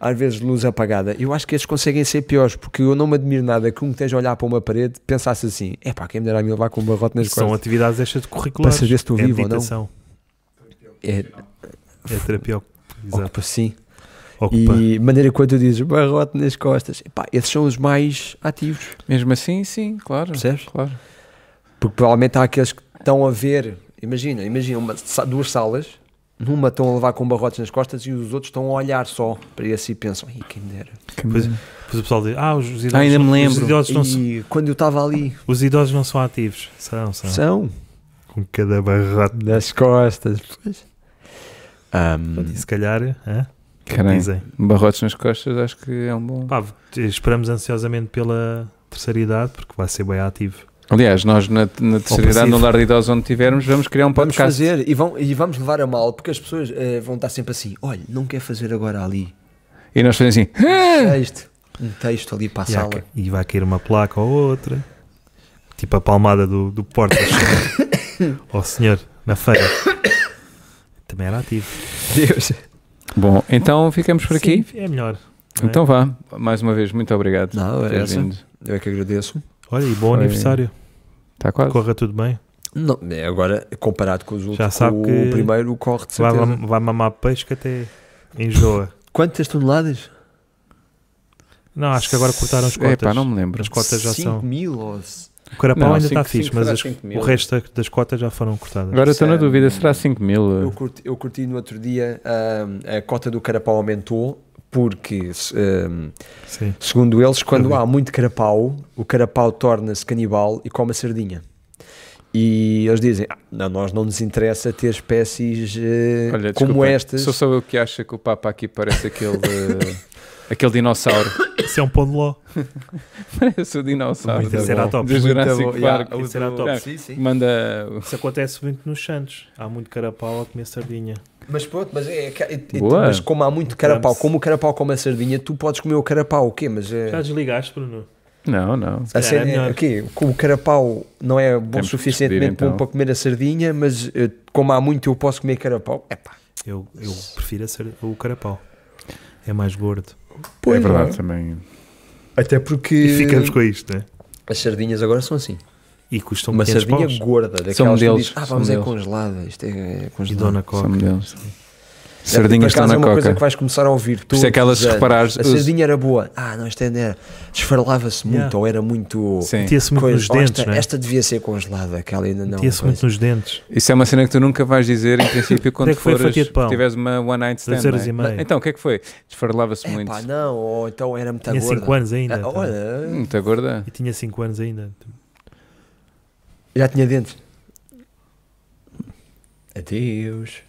S3: Às vezes luz apagada. Eu acho que esses conseguem ser piores, porque eu não me admiro nada que um que esteja a olhar para uma parede pensasse assim: é pá, quem me dera a mim levar com um barrote nas
S2: São
S3: costas.
S2: atividades estas de curriculares.
S3: Para saber se tu
S2: é
S3: vive ou não.
S2: meditação,
S3: É,
S2: É terapia. Exato.
S3: ocupa sim.
S2: Ocupa.
S3: E maneira quando tu dizes barrote nas costas, Epá, esses são os mais ativos,
S2: Ah,
S1: Mesmo assim, sim, claro.
S3: percebes?
S1: Claro.
S3: Porque provavelmente há aqueles que estão a ver, imagina, imagina uma sa- duas salas, numa estão a levar com barrotes nas costas e os outros estão a olhar só para esse e pensam, "Ih, quem dera.
S2: Pois, pois o pessoal diz, ah, os os idosos,
S1: Ah, ainda
S2: são-
S1: me
S2: Os
S1: lembro.
S2: idosos, não, são-
S3: E quando eu estava ali,
S2: os idosos não são ativos. São, são.
S3: são
S2: Com cada barrote.
S3: nas costas. Pois.
S2: E se calhar, hã?
S1: Hum.
S2: é
S1: Caralho.
S2: dizem.
S1: Barrotes nas costas, acho que é um bom.
S2: Pá, esperamos ansiosamente pela terceira idade, porque vai ser bem ativo.
S1: Aliás, nós na, na terceira idade,
S2: passivo.
S1: no lar de idosos onde tivermos, vamos criar um
S3: Vamos
S1: podcast.
S3: fazer e, vão, e vamos levar a mal porque as
S2: [laughs]
S3: pessoas eh, vão estar sempre assim: olha, não quer fazer agora ali.
S1: E nós fazemos assim.
S3: É isto. um texto ali para a
S2: E há
S3: sala.
S2: ca- E vai cair uma placa ou outra. Tipo a palmada do,
S1: [coughs]
S2: do Portas. Ó senhor, na feira. Também era ativo.
S3: Deus.
S1: Bom, então ficamos por aqui.
S2: Sim, é melhor. não é?
S1: Então vá, mais uma vez, muito obrigado
S3: Não,
S1: por
S3: era
S1: teres
S3: essa.
S1: vindo.
S3: Eu é que agradeço.
S2: Olha, e bom
S1: Foi-
S2: aniversário.
S1: Está tá quase.
S2: Corra tudo bem.
S3: Não, é agora, comparado com os outros,
S2: sabe
S3: com
S2: que
S3: o primeiro corre de
S2: Vai,
S3: certeza.
S2: mam- vai mamar peixe que até enjoa.
S3: Quantas toneladas?
S2: Não, acho que agora cortaram as
S1: É
S2: cotas.
S1: pá, não me lembro.
S2: As cotas já
S3: Cinco
S2: são.
S3: mil ou... se-
S2: O carapau
S1: Não,
S2: ainda está
S1: cinco-
S2: fixe,
S1: cinco
S2: mas
S1: será
S2: as-
S1: cinco mil.
S2: o resto da- das cotas já foram cortadas.
S1: Agora estou na
S3: Isso é-
S1: dúvida, será 5 mil?
S3: Eu curti, eu curti no outro dia, ahm, a cota do carapau aumentou porque, se- ahm,
S2: Sim.
S3: segundo eles,
S2: Eu
S3: quando
S2: vi.
S3: há muito carapau, o carapau torna-se canibal e come a sardinha. E eles dizem, ah, não, nós não nos interessa ter espécies eh,
S1: Olha,
S3: como
S1: desculpa,
S3: estas.
S1: Sou só eu que acha que o Papa aqui parece aquele, [laughs] aquele [laughs] dinossauro.
S2: [laughs] Isso é um pão de ló.
S1: Parece o dinossauro.
S2: Muito Triceratops.
S1: Do Jurassic
S3: Muito bom,
S1: Park.
S3: yeah, o do-
S2: Triceratops.
S3: Sim, sim.
S1: Manda.
S2: Isso acontece muito nos Santos. Há muito carapau a comer sardinha.
S3: Mas pronto, mas, é, é, é- é-
S1: Boa.
S3: mas como há muito carapau,
S2: Vamos.
S3: como o carapau come a sardinha, tu podes comer o carapau, o quê? Mas
S2: Já
S3: é,
S2: desligaste, Bruno?
S1: Não,
S4: Nou,
S1: não.
S3: a
S2: calhar é
S3: cena é,
S2: melhor.
S3: o quê? O carapau não é bom
S1: Temos que
S3: suficientemente
S1: despedir, então.
S3: bom para comer a sardinha, mas eh, como há muito eu posso comer carapau. Epá,
S2: Eu, eu prefiro a ser o carapau. É mais gordo.
S1: é
S3: pois não
S1: verdade também.
S3: Até porque
S2: E ficamos com isto, né?
S3: as sardinhas agora são assim.
S2: E custam
S3: Uma
S2: 500
S3: sardinha
S2: paus.
S3: gorda, daquelas
S1: São
S3: que tu
S1: modelos,
S3: dizes,
S1: são
S3: ah, vamos é
S1: modelos.
S3: congelada, isto é, é
S2: E
S3: congelada.
S2: Dona
S1: São
S2: Coca.
S1: modelos.
S3: É,
S1: Sardinhas
S3: por
S1: estão
S3: acaso
S1: na
S3: é uma coisa
S1: coca.
S3: que vais começar a ouvir.
S1: Por isso é que elas,
S3: todos
S1: se
S3: os anos.
S1: reparares,
S3: A
S1: os-
S3: sardinha era boa. Ah, não, esta ainda era... Desfarelava-se
S2: Yeah.
S3: muito, ou era muito...
S1: Sim.
S2: Metia-se muito
S3: Coisa-
S2: nos
S3: Oh,
S2: dentes,
S3: esta,
S2: né?
S3: esta devia ser congelada, aquela ainda não.
S2: Metia-se
S3: coisa.
S2: muito nos dentes.
S1: Isso é uma cena que tu nunca vais dizer, em
S2: [laughs]
S1: princípio, quando
S2: é que foi a
S1: fores,
S2: fatia de pão?
S1: tiveres uma one night stand.
S2: Dois euros
S1: não é?
S2: e meio.
S1: Então, o que é que foi? Desfarelava-se
S3: É
S1: muito.
S3: pá, não, ou então era muito
S2: Tinha
S3: gorda.
S2: 5 anos ainda.
S3: Ah,
S2: então.
S3: olha,
S1: Muita gorda.
S2: E tinha 5 anos ainda.
S3: já tinha dentes. Adeus.